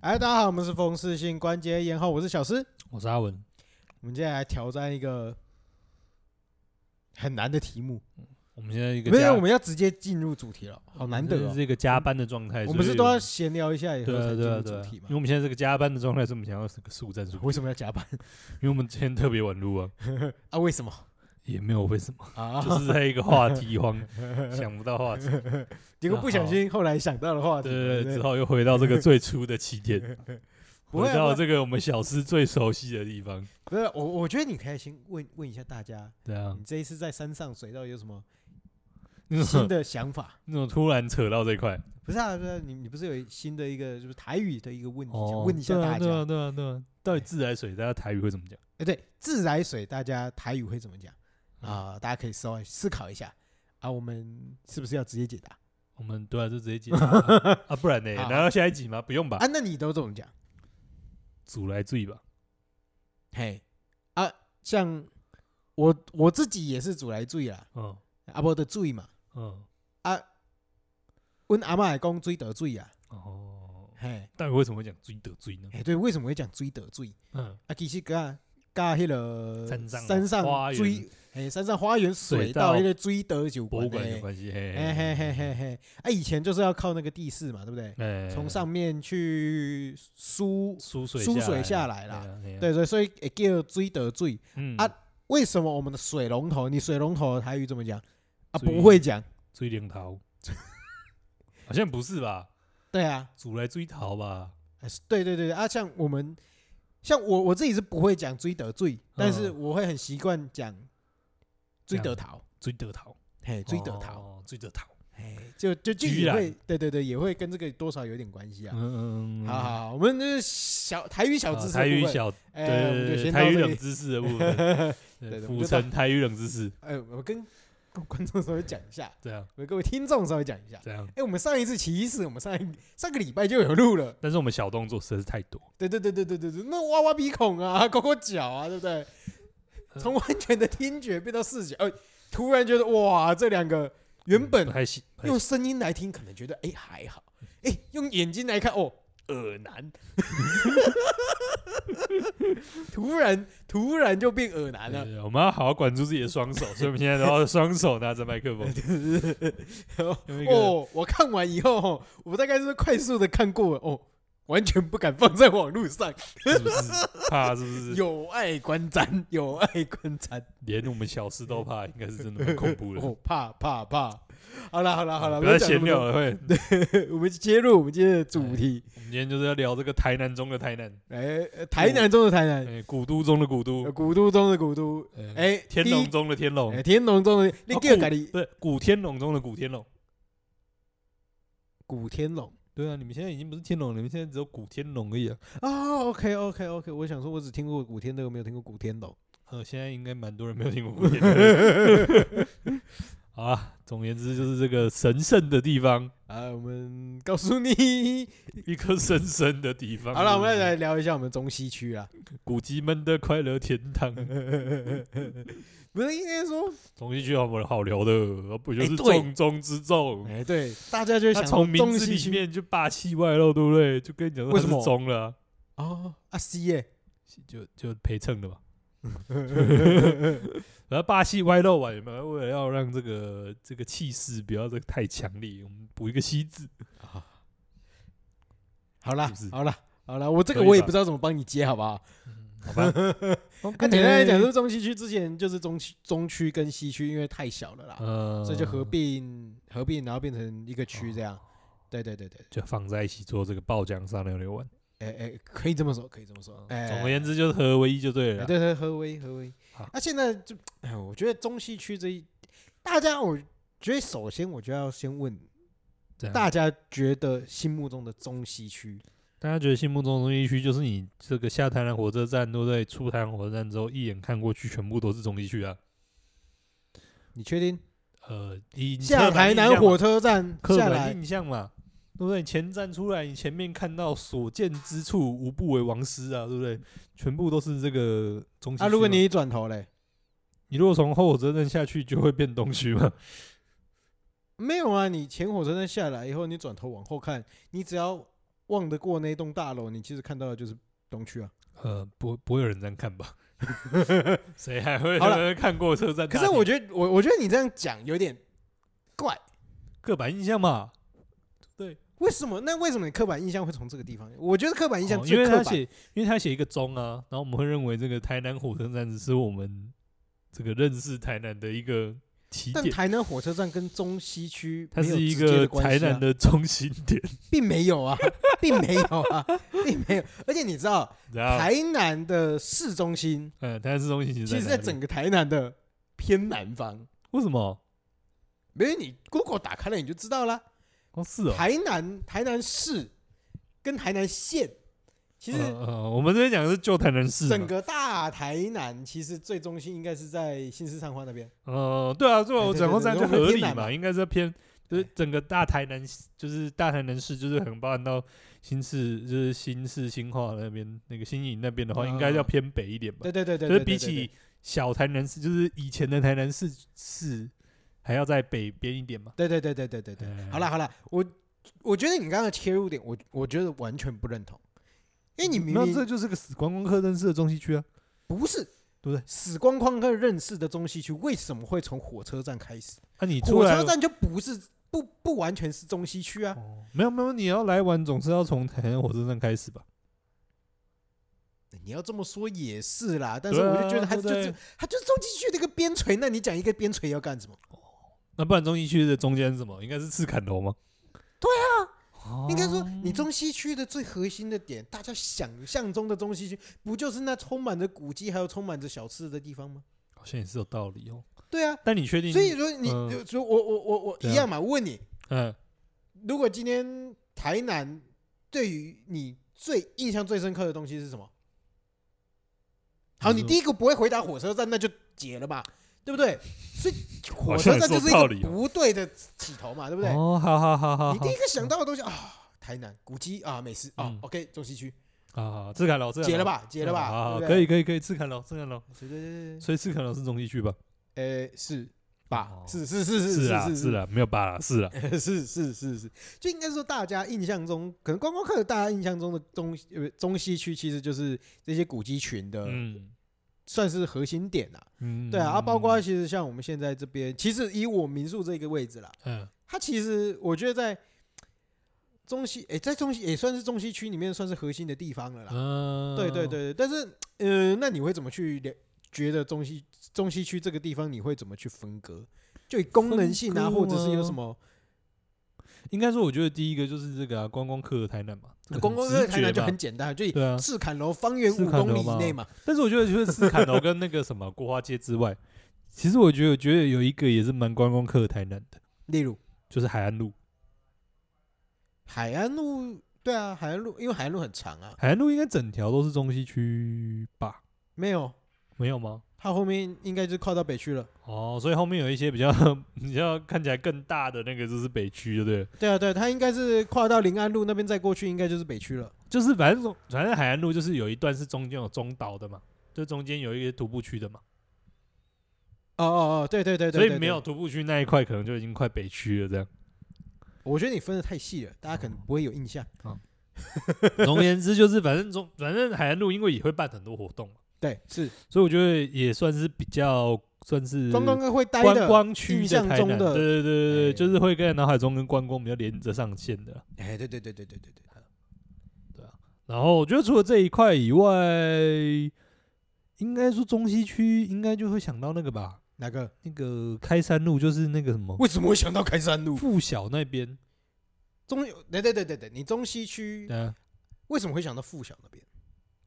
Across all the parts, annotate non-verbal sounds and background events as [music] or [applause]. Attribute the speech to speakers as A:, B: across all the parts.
A: 嗨，哎大家好，我们是风湿性关节炎后，我是小诗。
B: 我是阿文，
A: 我们接下来挑战一个很难的题目，
B: 我们现在一个
A: 没
B: 加
A: 有，我们要直接进入主题了，好难得
B: 这
A: 哦
B: 是。一个加班的状态。
A: 我们不
B: 所
A: 是
B: 以
A: 都要闲聊一下以后
B: 对啊
A: 才进
B: 对啊
A: 入
B: 对
A: 主
B: 啊，
A: 题
B: 因
A: 吗
B: 为？我们现在这个加班的状态，所以我们想要是个速战速决，
A: 为什么要加班
B: 因为我们今天特别晚录 [laughs] 啊，
A: 啊？为什么
B: 也没有为什么，
A: 啊？
B: 就是在一个话题荒，想不到
A: [laughs]
B: 话题，
A: 结果不小心后来想到的话题，
B: 对对对，
A: 对
B: 只，好又回到这个最初的
A: [laughs]
B: 起点，
A: 不
B: 回
A: 会啊
B: 到
A: 不会
B: 这个我们小师最熟悉的地方。
A: 不是我，我觉得你可以先问问一下大家，
B: 对啊
A: 你，这一次在山上水到有什么
B: 那
A: 新
B: 种
A: 的想法？ [laughs]
B: 那种突然扯到这一块，
A: 不是啊，不是啊你你不是有新的一个就是台语的一个问题，
B: 哦
A: 嗯想，问一下
B: 对啊
A: 大
B: 对啊
A: 家，
B: 对啊对啊，到底自来水大家台语会怎么讲？
A: 哎，对，自来水大家台语会怎么讲
B: 嗯
A: 啊？大家可以稍微思考一下啊，我们是不是要直接解答
B: 我们对啊，就直接解
A: [laughs]
B: 答啊，啊不然呢？
A: 好
B: 难道下一集吗？不用吧
A: 啊？，那你都怎么讲？
B: 煮来醉吧。
A: 嘿，啊，像我我自己也是煮来醉啦，啊
B: 嗯
A: 阿伯的醉嘛，
B: 嗯，
A: 问阿嬷也讲追得醉啊，
B: 哦，
A: 嘿，
B: 但为什么会讲追得罪呢？
A: 哎，对，为什么会讲追得醉？
B: 嗯，
A: 啊，其实甲甲迄个
B: 山上
A: 山上
B: 花园
A: 水，嘿，山上花园水
B: 水道
A: 道迄个水德酒馆
B: 博物馆有
A: 嘿
B: 关系，嘿
A: 嘿哎嘿嘿嘿嘿，啊，以前就是要靠那个地势嘛，对不对？
B: 嘿
A: 从上面去输，
B: 输水
A: 输水下
B: 下
A: 来啦，
B: 啦，嘿啊，
A: 对对，所以也叫水得水。
B: 嗯
A: 啊，为什么我们的水龙头，你水龙头的台语怎么讲啊？
B: 水
A: 不会讲，
B: 追零桃， [laughs] 好像不是吧？
A: 对啊，
B: 煮来追桃吧？
A: 还是对对对对啊，像我们。像我我自己是不会讲追得
B: 嗯
A: 醉，但是我会很习惯讲追得
B: 讲
A: 逃，
B: 追得桃，
A: 嘿，追得逃，
B: 哦，追得桃。
A: 哎，就就就
B: 居
A: 也
B: 然
A: 会，对对对，也会跟这个多少有点关系啊。
B: 嗯
A: 好好，好，我们就是小台语小知
B: 啊
A: 识，
B: 台语，小，
A: 哎，我们就
B: 对
A: 先到
B: 台语
A: 这
B: 冷
A: 里。
B: 知识的部分，
A: [laughs] 对
B: 对
A: 对我们就
B: 府
A: 到
B: 城台语冷知识，
A: 哎，我跟跟观众稍微讲一下，
B: 这样
A: 我跟各位听众稍微讲一下。
B: 这样。
A: 哎，我们上一次其实我们上一上个礼拜就有录了，
B: 但是我们小动作实在是太多，
A: 对对对对对对对，那挖挖鼻孔啊，勾勾脚啊，对不对？
B: 嗯
A: 从完全的听觉变到视觉，呃，突然觉得哇，这两个原
B: 嗯
A: 本
B: 不太行，不太
A: 用声音来听可能觉得哎还好，哎用眼睛来看哦耳
B: [laughs]
A: 男，突然突然就变耳男
B: 对
A: 了，
B: 对对我们要好好管住自己的双手，所以我们现在都要双手拿着麦克风。用一个
A: 哦我看完以后哦，我大概是快速的看过了哦，完全不敢放在网络上，
B: 是不是
A: [laughs]
B: 怕？是不是？
A: 有爱观瞻，有爱观瞻，
B: 连我们小事都怕，应该是真的蛮恐怖的。嗯
A: 哦怕怕怕，好了好了好了，
B: 不
A: 要
B: 要
A: 讲那
B: 闲
A: 么
B: 聊
A: 多， [laughs]
B: 了，会。
A: 我们切入我们今天的主题，
B: 我们今天就是要聊这个台南中的台南，
A: 哎，呃台南中的台南，
B: 哎，古都中的古
A: 呃
B: 都，
A: 古都中的古都，
B: 哎，
A: 哎，
B: 天
A: 第一
B: 龙中的天龙
A: 哎、，天龙中的你
B: 哦
A: 叫
B: 古
A: 家己
B: 对，古天龙中的古天龙。
A: 古天龙
B: 对啊，你们现在已经不是天龙了，你们现在只有古天龙而已啊。
A: 啊、o k OK OK，我想说，我只听过古天乐，没有听过古天龙。
B: 呃，现在应该蛮多人没有听过古天龙。 [laughs] 好啊，总而言之就是这个神圣的地方，
A: 啊，我们告诉你，
B: 一颗神圣的地方。
A: 好了，我们来聊一下我们中西区啊，
B: 古籍们的快乐天堂。
A: 不是应该说，
B: 中西区我们好聊的，不就
A: 哎对
B: 是重中之重？
A: 哎、对，大家就会
B: 他
A: 想
B: 从
A: 中
B: 名字
A: 西
B: 里
A: 区
B: 面就霸气外露，对不对？就跟你讲说
A: 为
B: 他
A: 什么
B: 是中了啊、
A: 哦，啊西耶、
B: 就就陪衬 [laughs] 的嘛。然后霸气外露完有没有？为了要让这个这个气势不要这个太强烈，我们补一个“西”字。
A: 好啦
B: 啊是不是
A: 好啦好啦，我这个
B: 可以吧
A: 我也不知道怎么帮你接，好不 [laughs] 好？
B: 好吧，哦
A: 那、简单来讲，说中西区之前就是中西中区跟西区，因为太小了啦，
B: 呃，
A: 所以就合并合并，然后变成一个区这样。对对对对。
B: 就放在一起做这个爆浆沙牛牛丸。
A: 哎哎，可以这么说，可以这么说。哎，
B: 哦总而言之，就是合为一就对
A: 哎，
B: 了啦。
A: 对对，合威合威
B: 好。
A: 那现在就，哎，我觉得中西区这一，大家，我觉得首先我就要先问
B: 这样
A: 大家，觉得心目中的中西区，
B: 大家觉得心目中的中西区就是你这个下台南火车站，对不对？出台南火车站之后，一眼看过去，全部都是中西区啊。
A: 你确定？
B: 呃，以
A: 下台南火车站
B: 刻
A: 下
B: 板
A: 来，
B: 印象嘛，对不对？前站出来，你前面看到所见之处，无不为王师啊，对不对？全部都是这个中西区嘛。
A: 啊，如果你一转头嘞，
B: 你如果从后火车站下去，就会变东区嘛。 [laughs]
A: 没有啊，你前火车站下来以后，你转头往后看，你只要望得过那栋大楼，你其实看到的就是东区啊。
B: 呃，不不会有人这样
A: [laughs]
B: 看吧？谁还会
A: 好
B: 看过车站大厅？
A: 可是我觉得，我我觉得你这样讲有点怪，
B: 刻板印象嘛，对，
A: 为什么？那为什么你刻板印象会从这个地方？我觉得刻板印象
B: 哦因
A: 最
B: 为
A: 刻
B: 他
A: 板，
B: 写，因为他写一个钟啊，然后我们会认为这个台南火车站只是我们这个认识台南的一个起
A: 但
B: 点，
A: 台南火车站跟中西区
B: 它
A: 没有
B: 是一
A: 直接
B: 个
A: 的关
B: 台
A: 系啊
B: 南的中心点， [laughs]
A: 并没有啊，并没有啊，并没有。而且你知道，
B: 然后
A: 台南的市中心
B: 呃，台南市中心其
A: 其
B: 实
A: 实，在
B: 哪里
A: 整个台南的偏南方。
B: 为什么？
A: 没有你 Google 打开了你就知道啦。
B: 哦，是哦，
A: 台南台南市跟台南县，其
B: 呃
A: 实
B: 呃我们这边讲的是啊旧台南市嘛，
A: 整个大台南其实最中心应该是在新市上花那边。
B: 呃，对啊，对啊，
A: 对
B: 我
A: 哎对
B: 讲过
A: 对
B: 这样
A: 对
B: 就
A: 我们
B: 合
A: 偏
B: 理
A: 南
B: 嘛，
A: 嘛
B: 应该是偏就是
A: 对
B: 整个大台南，就是大台南市，就是很包含到新市，就是新市新化那边那个新营那边的话，应该要
A: 啊
B: 偏北一点吧
A: 对。对对对，
B: 就是
A: 对
B: 嗯比
A: 对对
B: 起小台南市，就是以前的台南市市还要在北边一点嘛。
A: 对对对对对对对，
B: 哎
A: 好了好了，我我觉得你刚刚的切入点，我我觉得完全不认同，因为你明
B: 那这
A: 明
B: 就是个死观光客认识的中西区啊。
A: 不是
B: 对不对
A: 死光光跟认识的中西区为什么会从火车站开始？
B: 那你出
A: 火
B: 来
A: 车站就不是不不完全是中西区啊，
B: 哦没有没有，你要来玩总是要从台南火车站开始吧？
A: 你要这么说也是啦，但是
B: 对
A: 我
B: 啊
A: 就觉得它
B: 对
A: 就
B: 不
A: 是
B: 对
A: 它就是中西区的一个边陲，那你讲一个边陲要干什么？
B: 那不然中西区的中间是什么？应该是赤坎楼吗？对啊
A: 应该说，
B: 哦
A: 你中西区的最核心的点，大家想象中的中西区，不就是那充满着古迹还有充满着小吃的地方吗？
B: 好像也是有道理哦。
A: 对啊，
B: 但你确定？
A: 所以说你，
B: 嗯
A: 就说我我我我
B: 对啊
A: 一样嘛。我问你，
B: 嗯，
A: 如果今天台南对于你最印象最深刻的东西是什么？好，
B: 你
A: 你
B: 说
A: 第一个不会回答火车站，那就解了嘛，对不
B: [laughs]
A: 对？所以火
B: 好
A: 车
B: 像
A: 站
B: 也
A: 就是是
B: 有
A: 一
B: 道
A: 个
B: 理哦
A: 不对的起头嘛，对不对？
B: 哦，好好好好
A: 你第
B: 好
A: 一个想到的东西啊，台南古迹啊，美食啊
B: 嗯
A: ，OK，中西区
B: 好好，赤坎楼，赤坎
A: 解了
B: 楼，
A: 吧，解了
B: 嗯好
A: 吧，
B: 好，
A: 对不
B: 可
A: 对
B: 以可以可以，赤坎楼，赤坎楼。
A: 对对对对对，
B: 所以赤坎楼是中西区吧？
A: 呃，是吧
B: 哦？
A: 是是是是
B: 是啊
A: 是嗯
B: 是啊，没有吧啦？是啊，
A: 是是是是，就应该说大家印象中，可能观光客大家印象中的中呃中西区，其实就是这些古迹群的、
B: 嗯
A: 算是核心点啦、
B: 嗯，
A: 对啊，啊，
B: 嗯
A: 包括其实像我们现在这边，其实以我民宿这个位置啦，
B: 嗯
A: 它其实我觉得在中西，诶、在中西也、算是中西区里面算是核心的地方了啦。
B: 嗯，
A: 对对对，对但是呃，那你会怎么去了觉得中西中西区这个地方你会怎么去分割？就以功能性啊，
B: 分割
A: 或者是有
B: 吗
A: 什么？
B: 应该说，我觉得第一个就是这个啊，观光客的台南嘛，这个很
A: 啊观光客
B: [laughs] 直
A: 台南
B: 觉
A: 就
B: 嘛
A: 很简单，就以
B: 对啊。
A: 赤坎楼方圆
B: 赤
A: 五
B: 坎
A: 公
B: 楼
A: 里以
B: 嘛
A: 内嘛。
B: 但是我觉得，除了赤坎楼跟那个什么国华街之外，其实我觉得，我觉得有一个也是蛮观光客的台南的，
A: 例如
B: 就是海岸路。
A: 海岸路，对啊，海岸路，因为海岸路很长啊，
B: 海岸路应该整条都是中西区吧？
A: 没有，
B: 没有吗？
A: 它后面应该就靠到北区了。
B: 哦，所以后面有一些比较 [laughs] 比较看起来更大的那个，就是北区，对不对？
A: 对啊，对啊，它应该是跨到临安路那边再过去，应该就是北区了。
B: 就是反正总反正海岸路就是有一段是中间有中岛的嘛，就中间有一些徒步区的嘛，
A: 哦哦哦，对对对对，
B: 所以
A: 对
B: 没有。
A: 对
B: 徒步区那一块可能就已经快北区了这
A: [laughs]
B: 样。
A: 我觉得你分的太细了，大家可能不会有印象。
B: 总而言之，就是反正中反正海岸路因为也会办很多活动嘛，
A: 对，是
B: 所以我觉得也算是比较算是
A: 观光客会待
B: 观
A: 的。
B: 光区
A: 印
B: 的
A: 象
B: 台
A: 中
B: 南，
A: 的
B: 对对对对对，
A: 哎
B: 就是会跟脑海中跟观光比较连着上线的。
A: 哎，对对对对对对对，
B: 然后我觉得除了这一块以外，应该说中西区应该就会想到那个吧，
A: 哪个？
B: 那个开山路就是那个什么
A: 为什么会想到开山路？
B: 富小那边，
A: 中， [laughs] 对对对对对，你中西区
B: 对啊，
A: 为什么会想到富小那边？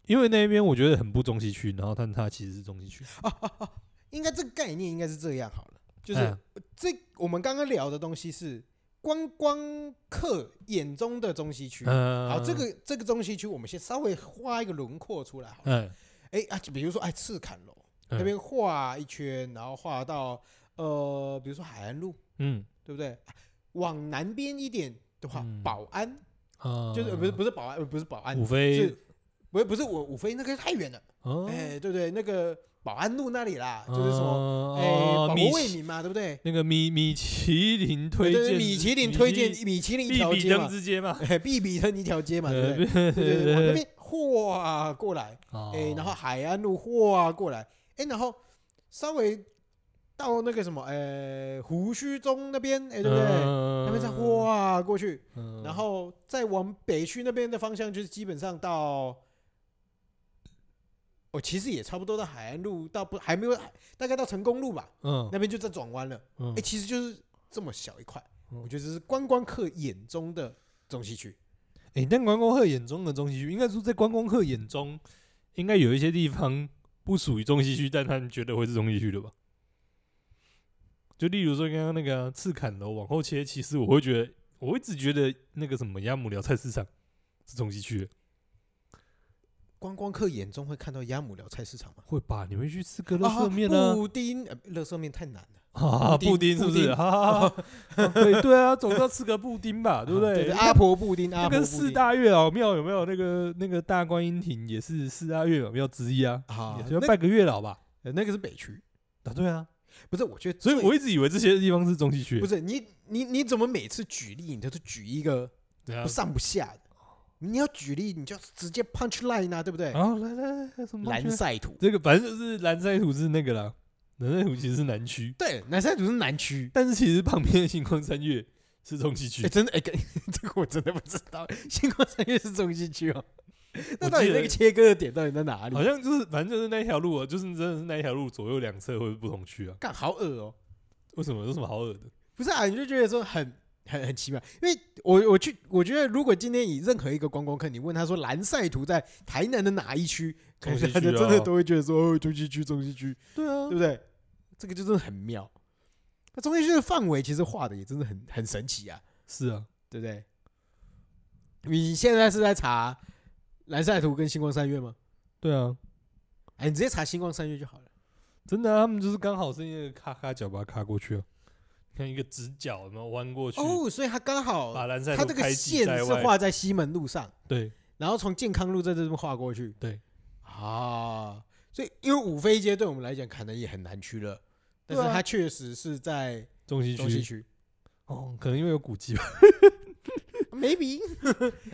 B: 因为那边我觉得很不中西区，然后但它其实是中西区，
A: 应该这个概念应该是这样好了，就是
B: 嗯
A: 这我们刚刚聊的东西是观光客眼中的中西区。
B: 嗯，
A: 好，这个这个中西区，我们先稍微画一个轮廓出来好了。
B: 嗯
A: 哎、啊，就比如说哎，赤坎楼
B: 嗯
A: 那边画一圈，然后画到呃，比如说海岸路，
B: 嗯
A: 对不对？啊往南边一点的话
B: 嗯，
A: 保安
B: 啊，
A: 就是呃不是不是保安，呃不是保安
B: 五，飞
A: 是不是不是我五飞那个太远了。
B: 哦
A: 哎，对不对？那个保安路那里啦，
B: 嗯
A: 就是什么哎、
B: 哦
A: 保
B: 米
A: 国卫
B: 其
A: 民嘛，对不对？
B: 那个米米其林推
A: 对对
B: 荐
A: 对，米其林推荐
B: 必
A: 米其林一条
B: 比
A: 街
B: 登
A: 嘛，
B: 之街嘛，
A: 哎，必比登一条街嘛，对不对？
B: 呃对
A: 对对对，往那边哗过来，
B: 哦
A: 哎，然后海岸路哗过来，哎，然后稍微到那个什么，哎，胡须中那边，哎，对不对？
B: 嗯
A: 那边再哗过去，
B: 嗯
A: 然后再往北去那边的方向，就是基本上到，哦，其实也差不多到海岸路，到不还没有，大概到成功路吧，
B: 嗯
A: 那边就在转弯了。
B: 嗯
A: 哎、其实就是这么小一块，
B: 嗯
A: 我觉得这是观光客眼中的中西区。
B: 哎，但观光客眼中的中西区，应该说在观光客眼中，应该有一些地方不属于中西区，但他们觉得会是中西区的吧？就例如说刚刚那个啊赤坎楼往后切，其实我会觉得，我一直觉得那个什么亚母寮菜市场是中西区的，
A: 观光客眼中会看到鸭母寮菜市场吗？
B: 会吧？你会去吃个热色面
A: 啊
B: 啊？
A: 布丁，呃，乐色面太难了，
B: 啊，
A: 布
B: 布
A: 丁
B: 丁是不
A: 布
B: 是？
A: 丁
B: 哈哈哈哈啊对对啊，总要吃个布丁吧，啊对不
A: 啊对
B: 对？
A: 阿婆布丁，
B: 那
A: 阿婆
B: 跟
A: 布
B: 四
A: 丁
B: 大月老庙有没有那个那个大观音亭也是四大月老庙之一啊？
A: 啊
B: 也，是
A: 那
B: 要拜个月老吧？
A: 呃那个是北区，
B: 啊，对啊，
A: 不是？我觉得
B: 所
A: 最，
B: 以我一直以为这些地方是中西区，
A: 不
B: 是
A: 是你，你你怎么每次举例，你都是举一个
B: 怎
A: 不
B: 样？
A: 上不下的？你要举例，你就直接 punch line 啊，对不对？
B: 啊，来来来，什么
A: 蓝
B: 区？
A: 赛图，
B: 这个反正就是蓝晒图是那个啦，蓝晒图其实是南区，
A: 对，蓝赛图是南区。
B: 但是其实旁边的星光三月是中西
A: 哎、
B: 区。
A: 真的哎、跟 [laughs] 这个我真的不知道，星光三月是中西区哦。那
B: 我
A: 到底
B: 记
A: 那
B: 得
A: 个切割的点到底在哪里
B: 好？像就是，反正就是那一条路啊，就是真的是那一条路左右两侧会是不同区啊。
A: [laughs] 干好恶哦、
B: 为什么有什么好恶的？
A: 不是啊，你就觉得说很很很奇妙，因为我我去，我觉得如果今天以任何一个观光客，你问他说蓝晒图在台南的哪一区，可能
B: 中西
A: 大家
B: 区
A: 真的
B: 啊
A: 都会觉得说哦中西区中西区，
B: 对啊
A: 对不对？这个就真的很妙。那中西区的范围其实画的也真的很很神奇啊，
B: 是啊，
A: 对不对？你现在是在查蓝晒图跟星光三月吗？
B: 对啊，
A: 哎，你直接查星光三月就好了。
B: 真的、啊，他们就是刚好是那个咔咔脚把它咔过去啊，像一个直角有没有弯过去，
A: 哦，所以它刚好
B: 把蓝晒
A: 它
B: 图
A: 这个
B: 开启
A: 线
B: 在
A: 是
B: 外。
A: 画在西门路上。
B: 对，
A: 然后从健康路在这边划过去。
B: 对，
A: 啊，所以因为五妃街对我们来讲可能也很难去了，但是
B: 对啊
A: 它确实是在
B: 中西区。
A: 中西区
B: 哦，可能因为有古
A: [laughs]
B: 迹吧？
A: ，maybe，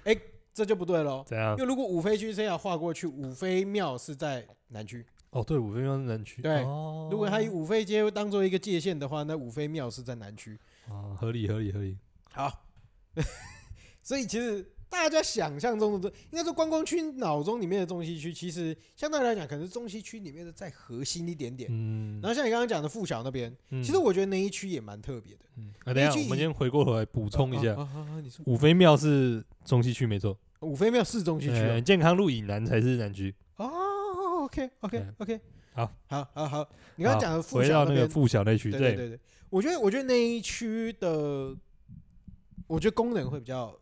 A: 哎、 [laughs] 这就不对喽。
B: 怎样
A: 因？为如果五妃区真要划过去，五妃庙是在南区。
B: 哦，对，五分钟是南区。
A: 对
B: 哦、
A: 如果它以五妃街当做一个界限的话，那五妃庙是在南区。
B: 啊，合理合理合理。
A: 好， [laughs] 所以其实大家想象中的，应该说观光区脑中里面的中西区，其实相对来讲，可能是中西区里面的再核心一点点。
B: 嗯，
A: 然后像你刚刚讲的富桥那边，
B: 嗯
A: 其实我觉得那一区也蛮特别的。
B: 嗯啊，等
A: 那
B: 一下，
A: 句
B: 我们
A: 以
B: 先回过头来补充一
A: 啊
B: 下，
A: 啊啊啊你说
B: 五妃庙是中西区没错，
A: 五妃庙市中西区
B: 呃
A: 啊
B: 健康路以南才是南区。
A: 哦，OK OK
B: 对
A: OK，
B: 哎好，
A: 好，好，好，你刚刚
B: 好
A: 讲的富
B: 回
A: 桥
B: 到那个
A: 边，
B: 附小那区，
A: 对对对对，我觉得我觉得那一区的，我觉得功能会比较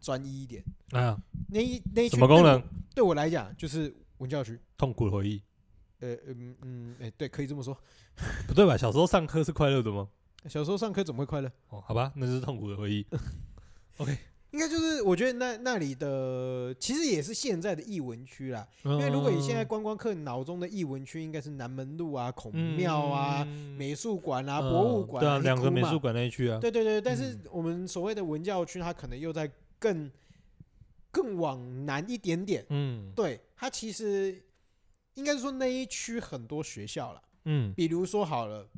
A: 专一一点。
B: 啊，
A: 那一那一区
B: 什么功
A: 对我
B: 能？？
A: 对我来讲就是文教区。
B: 痛苦的回忆，
A: 呃嗯嗯，哎、对，可以这么说。
B: 不对吧？小时候上课是快乐的吗？
A: 小时候上课怎么会快乐？
B: 哦，好吧，那就是痛苦的回忆。OK，
A: 应该就是我觉得那那里的其实也是现在的艺文区啦， [laughs] 因为如果你现
B: 嗯
A: 在观光客脑中的艺文区，应该是南门路啊、孔庙啊、
B: 嗯
A: 美术馆啊、
B: 嗯
A: 博物馆
B: 对啊，两个美术
A: 馆。
B: 馆那一区啊，
A: 对对对，但是我们所谓的文教区，它可能又在更更往南一点点。
B: 嗯
A: 对，它其实应该是说那一区很多学校了，
B: 嗯
A: 比如说好了，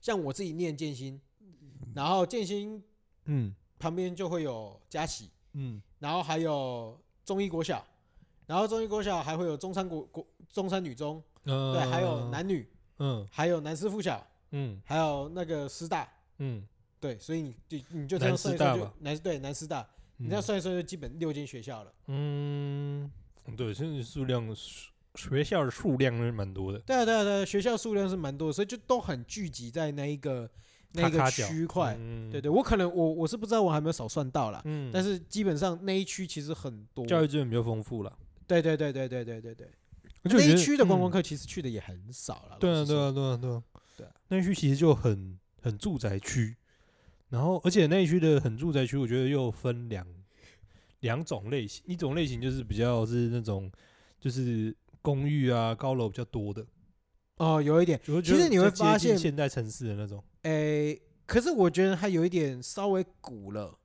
A: 像我自己念建新，然后建新
B: 嗯
A: 旁边就会有佳喜，
B: 嗯，
A: 然后还有中一国小，然后中一国小还会有中山国国中山女中，
B: 对
A: 对，还有男女，
B: 嗯
A: 还有南师附小，
B: 嗯
A: 还有那个师大，
B: 嗯，
A: 对，所以你就你就这样
B: 南师
A: 算一
B: 大嗯
A: 算就
B: 吧
A: 南对南师大，你这样算一算就基本六间学校了。
B: 嗯，对，现在数量数学校的数量是蛮多的，
A: 对啊对啊对啊，学校数量是蛮多的，所以就都很聚集在那一个那一
B: 咔
A: 个
B: 咔角
A: 区块。
B: 嗯
A: 对对，我可能我我是不知道我还没有少算到啦，
B: 嗯，
A: 但是基本上那一区其实很多。
B: 教育资源比较丰富了。
A: 对对对对对对对对，
B: 我就
A: 那
B: 觉
A: 一
B: 得
A: 区的观光，
B: 嗯
A: 客其实去的也很少了。
B: 对
A: 老
B: 啊
A: 实
B: 对
A: 说
B: 啊对啊对啊
A: 对啊，
B: 那一区其实就很很住宅区，然后而且那一区的很住宅区，我觉得又分两两种类型，一种类型就是比较是那种就是公寓啊、高楼比较多的。
A: 哦，有一点，
B: 我
A: 其实你会发现
B: 现代城市的那种，
A: 诶、可是我觉得它有一点稍微古了。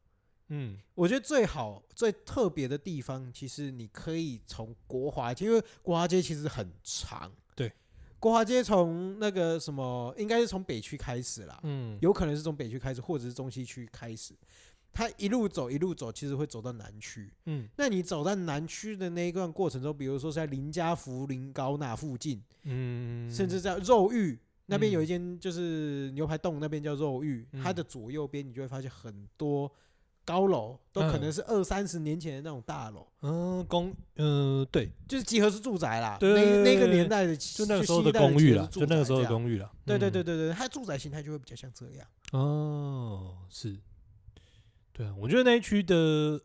B: 嗯，
A: 我觉得最好、最特别的地方，其实你可以从国华街，因为国华街其实很长。
B: 对，
A: 国华街从那个什么，应该是从北区开始啦，
B: 嗯，
A: 有可能是从北区开始，或者是中西区开始。它一路走一路走，其实会走到南区。
B: 嗯
A: 那你走到南区的那一段过程中，比如说是在林家福、林高那附近，
B: 嗯，
A: 甚至在肉玉那边
B: 嗯
A: 有一间就是牛排洞，那边叫肉玉，它
B: 嗯
A: 的左右边你就会发现很多高楼，都可
B: 嗯
A: 能是二三十年前的那种大楼，
B: 嗯公嗯对，
A: 就是集合式住宅啦。
B: 对
A: 那那个
B: 对
A: 年代的，就
B: 就那个时候的公寓啦，就那个时候的
A: 寓。
B: 公寓啦，
A: 对对
B: 嗯
A: 对对对，它的住宅形态就会比较像这样。
B: 哦，是，对啊，我觉得那一区的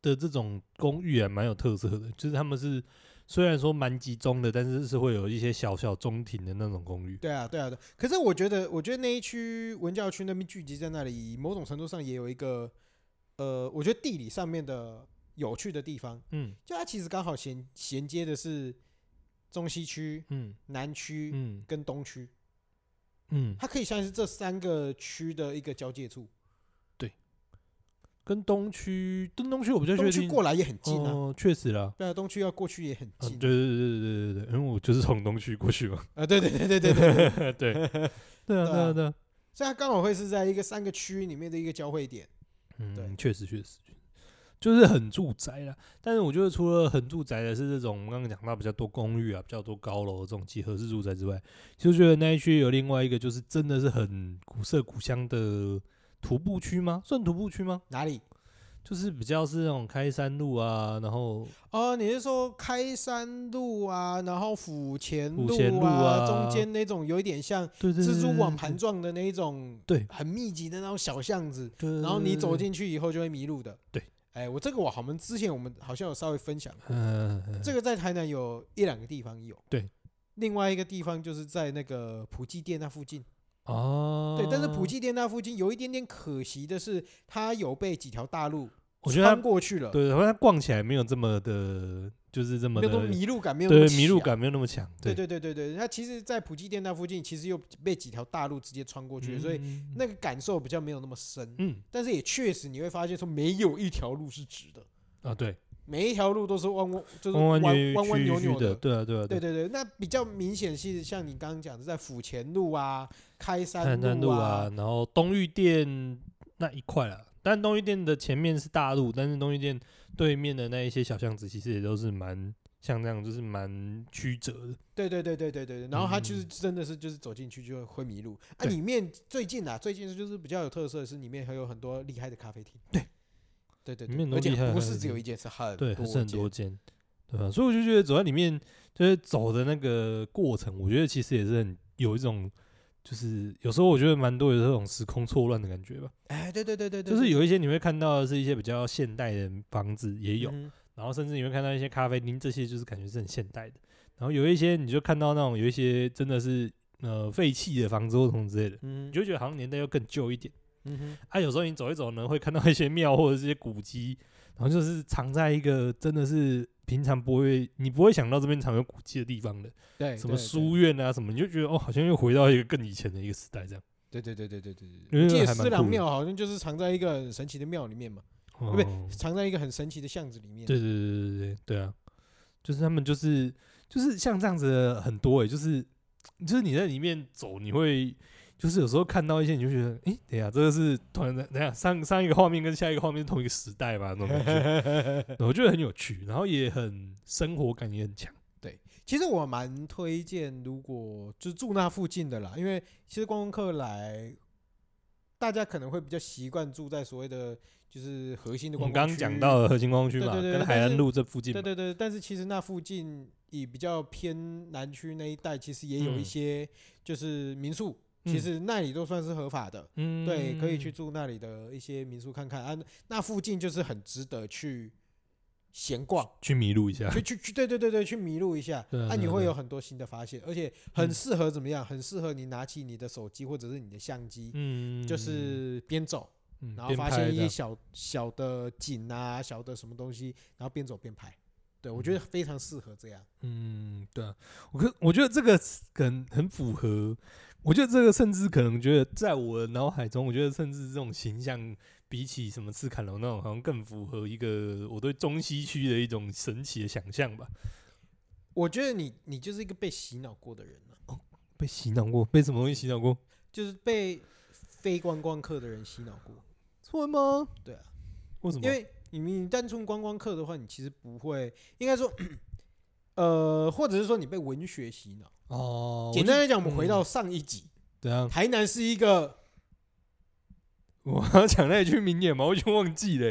B: 的这种公寓还蛮有特色的，就是他们是虽然说蛮集中的，但是是会有一些小小中庭的那种公寓。
A: 对啊，对啊，对。可是我觉得，我觉得那一区文教区那边聚集在那里，某种程度上也有一个，呃，我觉得地理上面的有趣的地方，
B: 嗯
A: 就它其实刚好衔衔接的是中西区、
B: 嗯
A: 南区
B: 嗯
A: 跟东区，
B: 嗯，
A: 它可以像是这三个区的一个交界处。
B: 跟东区，跟东区我比较确
A: 东区
B: 定，
A: 过来也很近啊，
B: 哦，确实啦。
A: 对啊，东区要过去也很
B: 嗯，
A: 近。
B: 对对对对对对对，因为我就是从东区过去嘛。
A: 啊，对对对对对对，
B: 对对啊对啊对啊，
A: 所以它刚好会是在一个三个区里面的一个交汇点。对
B: 嗯，确实确实，就是很住宅啦。但是我觉得除了很住宅的是这种我们刚刚讲到比较多公寓啊、比较多高楼这种集合式住宅之外，其实觉得那一区有另外一个就是真的是很古色古香的徒步区吗？算徒步区吗？
A: 哪里？
B: 就是比较是那种开山路啊，然后
A: 哦，你是说开山路啊，然后府前
B: 府前路
A: 啊，
B: 啊
A: 中间那种有一点像
B: 对对对
A: 蜘蛛网
B: 对
A: 盘状的那一种，
B: 对
A: 很密集的那种小巷子，
B: 对对
A: 然后你走
B: 对
A: 进去以后就会迷路的。
B: 对，
A: 哎，我这个我好像之前我们好像有稍微分享，
B: 嗯嗯嗯
A: 这个在台南有一两个地方有。
B: 对，
A: 另外一个地方就是在那个普济店那附近。
B: 哦，
A: 对，但是普济店那附近有一点点可惜的是，它有被几条大路
B: 我觉得它
A: 穿过去了，
B: 对，然后它逛起来没有这么的，就是这么
A: 没有
B: 的
A: 那么迷路感，没有那么啊
B: 对迷路
A: 强
B: 感没有那么强，
A: 对对对对对，它其实，在普济店那附近，其实又被几条大路直接穿过去，所以
B: 嗯
A: 那个感受比较没有那么深。
B: 嗯
A: 但是也确实你会发现，说没有一条路是直的，
B: 啊对。
A: 每一条路都是弯弯，就是
B: 弯
A: 弯
B: 弯曲
A: 弯弯扭
B: 曲
A: 扭
B: 的，。对啊，对啊，
A: 对
B: 对，
A: 对对，那比较明显是像你刚刚讲的，在府前路啊、开
B: 南
A: 山
B: 山
A: 路
B: 路啊，，然后东玉店那一块啦，但东玉店的前面是大路，但是东玉店对面的那一些小巷子其实也都是蛮像这样，就是蛮曲折的。
A: 对对对对对对对。然后它就是
B: 嗯
A: 真的是就是走进去就会会迷路啊。
B: 对
A: 里面最近啊，最近就是比较有特色的是里面还有很多厉害的咖啡厅。
B: 对。
A: 对对
B: 里面
A: 对，
B: 很多
A: 而
B: 厉害
A: 且
B: 的
A: 不
B: 咖啡
A: 是只有
B: 厅
A: 一件，是很
B: 对，
A: 多
B: 是很
A: 间
B: 多间，对吧、所以我就觉得走在里面，就是走的那个过程，我觉得其实也是很有一种，就是有时候我觉得蛮多有这种时空错乱的感觉吧。
A: 哎，对对对对对，
B: 就是
A: 对
B: 有一些你会看到的是一些比较现代的房子也有，
A: 嗯哼
B: 然后甚至你会看到一些咖啡厅，这些就是感觉是很现代的。然后有一些你就看到那种有一些真的是呃废弃的房子或什么之类的，
A: 嗯
B: 你就觉得好像年代又更旧一点。
A: 嗯哼，
B: 啊，有时候你走一走呢，会看到一些庙或者是一些古迹，然后就是藏在一个真的是平常不会你不会想到这边藏有古迹的地方的，
A: 对，
B: 什
A: 对
B: 么书，院啊什么，你就觉得哦，好像又回到一个更以前的一个时代这样。
A: 对对对对对对对
B: 因
A: 对，
B: 为
A: 我记得
B: 还蛮
A: 四郎
B: 酷的
A: 庙好像就是藏在一个很神奇的庙里面嘛，
B: 哦
A: 对藏在一个很神奇的巷子里面。 [laughs]
B: 对对对对对对啊，就是他们就是就是像这样子的很多诶、就是就是你在里面走，你会就是有时候看到一些，你就觉得诶，等一下这个是突然的，等一下上上一个画面跟下一个画面是同一个时代吧，那种感
A: [laughs]
B: 觉，我觉得很有趣，然后也很生活感也很强。
A: 其实我蛮推荐，如果就是住那附近的啦，因为其实观光客来，大家可能会比较习惯住在所谓的就是核心的
B: 我
A: 观光
B: 们刚
A: 区。
B: 刚讲到了核心光区
A: 对
B: 嘛，
A: 对对
B: 跟
A: 但
B: 海
A: 是
B: 岸路这附近嘛
A: 对，对对，但是其实那附近以比较偏南区那一带，其实也有一
B: 嗯
A: 些就是民宿，
B: 嗯
A: 其实那里都算是合法的。
B: 嗯
A: 对，可以去住那里的一些民宿看看啊，那附近就是很值得去闲逛，
B: 去迷路一下，
A: 去去去，对对对对，去迷路一下，
B: 对啊
A: 啊，
B: 对啊
A: 你会
B: 对啊
A: 有很多新的发现，而且很
B: 嗯
A: 适合怎么样？很适合你拿起你的手机或者是你的相机，
B: 嗯，
A: 就是边走，
B: 嗯
A: 然后
B: 边
A: 发
B: 拍
A: 现一
B: 这
A: 些
B: 样
A: 小小的景啊，小的什么东西，然后边走边拍。对我觉得非常适合这样。
B: 嗯，对啊，我可我觉得这个很很符合，我觉得这个甚至可能觉得在我的脑海中，我觉得甚至这种形象比起什么赤坎楼那种，好像更符合一个我对中西区的一种神奇的想象吧。
A: 我觉得你你就是一个被洗脑过的人啊，
B: 被洗脑过，被什么东西洗脑过？
A: 就是被非观光客的人洗脑过，
B: 错吗？
A: 对啊，
B: 为什么？
A: 因为你你单纯观光客的话，你其实不会，应该说。 [coughs] 呃，或者是说你被文学洗脑。
B: 哦，
A: 简单来讲，我们回
B: 嗯
A: 到上一集，
B: 怎样？
A: 台南是一个
B: 啊我要讲那一句名言嘛，我已经忘记了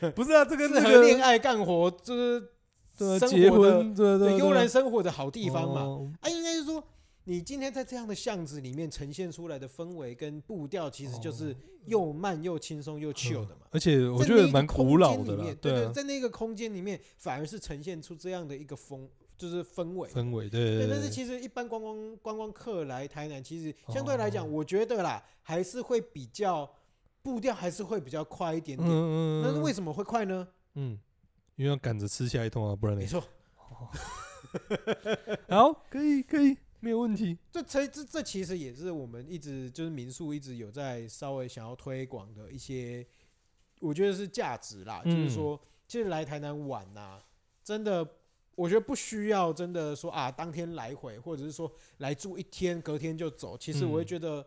B: 欸、不是啊，这跟
A: 适
B: 那
A: 合恋
B: 个
A: 爱、干活，就是
B: 对啊
A: 生
B: 结
A: 活的
B: 婚对对啊
A: 对
B: 对
A: 悠然生活的好地方嘛。
B: 哦
A: 啊，应该是说，你今天在这样的巷子里面呈现出来的氛围跟步调，其实就是又慢又轻松又 chill 的嘛。
B: 而且哦嗯我
A: 在
B: 觉
A: 那
B: 得
A: 个
B: 蛮
A: 空
B: 古老
A: 间
B: 的
A: 里
B: 啦
A: 面，对
B: 对啊
A: 对，，在那个空间里面，反而是呈现出这样的一个风，就是氛围。
B: 氛围对
A: 对，
B: 对
A: 但是
B: 对
A: 其实一般观光观光客来台南，其实相对来讲，
B: 哦
A: 我觉得啦，还是会比较步调还是会比较快一点
B: 嗯
A: 点。
B: 嗯，
A: 那是
B: 嗯
A: 为什么会快呢？
B: 嗯，因为要赶着吃下一通啊，不然
A: 没
B: 嘞。
A: 错，
B: 好，可以可以，没有问题。
A: 这这这这其实也是我们一直就是民宿一直有在稍微想要推广的一些，我觉得是价值啦，就是
B: 嗯
A: 说，其实来台南玩呐、真的。我觉得不需要真的说啊，当天来回，或者是说来住一天，隔天就走。其实我会
B: 嗯
A: 觉得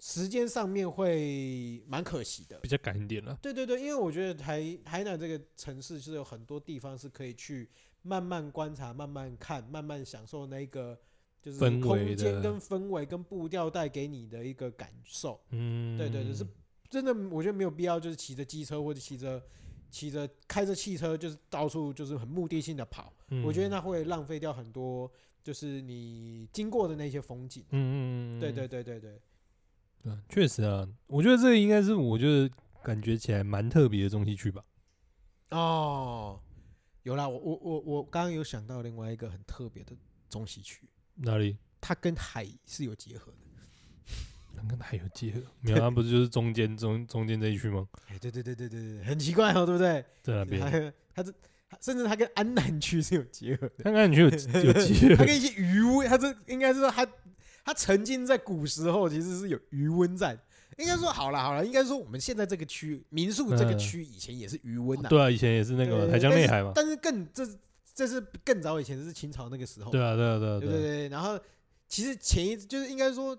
A: 时间上面会蛮可惜的。
B: 比较赶一点了。
A: 对对对，因为我觉得台台南这个城市是有很多地方是可以去慢慢观察、慢慢看、慢慢享受那个就是
B: 氛
A: 空
B: 围
A: 间
B: 的
A: 跟氛围跟步调带给你的一个感受。
B: 嗯，
A: 对对对，是真的，我觉得没有必要就是骑着机车或者骑着骑着开着汽车，就是到处就是很目的性的跑，
B: 嗯
A: 我觉得，那会浪费掉很多就是你经过的那些风景。
B: 嗯嗯嗯，
A: 对对对对对，
B: 对，确实啊，我觉得这个应该是我觉得感觉起来蛮特别的中西区吧。
A: 哦，有啦，我我我我刚刚有想到另外一个很特别的中西区，
B: 哪里？
A: 它跟海是有结合的。
B: 跟还有结合？没有，它啊不是就是中间中中间这一区吗？
A: 哎，对对对对对对，很奇怪哦，对不对？
B: 在那边，
A: 它它这它甚至它跟安南区是有结合的，
B: 看看你去有
A: [laughs]
B: 有结
A: 它
B: 合
A: 跟一些余温，它这应该是说它它沉浸在古时候，其实是有余温在。应该说好了好了，应该说我们现在这个区民宿这个
B: 嗯
A: 区以前也是余温呐、
B: 对啊啊，以前也是那
A: 对
B: 个
A: 对
B: 台江
A: 但
B: 内
A: 是
B: 海嘛。
A: 但是更这这是更早以前，这是清朝那个时候。
B: 对啊，对啊，对啊，
A: 对对对，然后其实前一就是应该说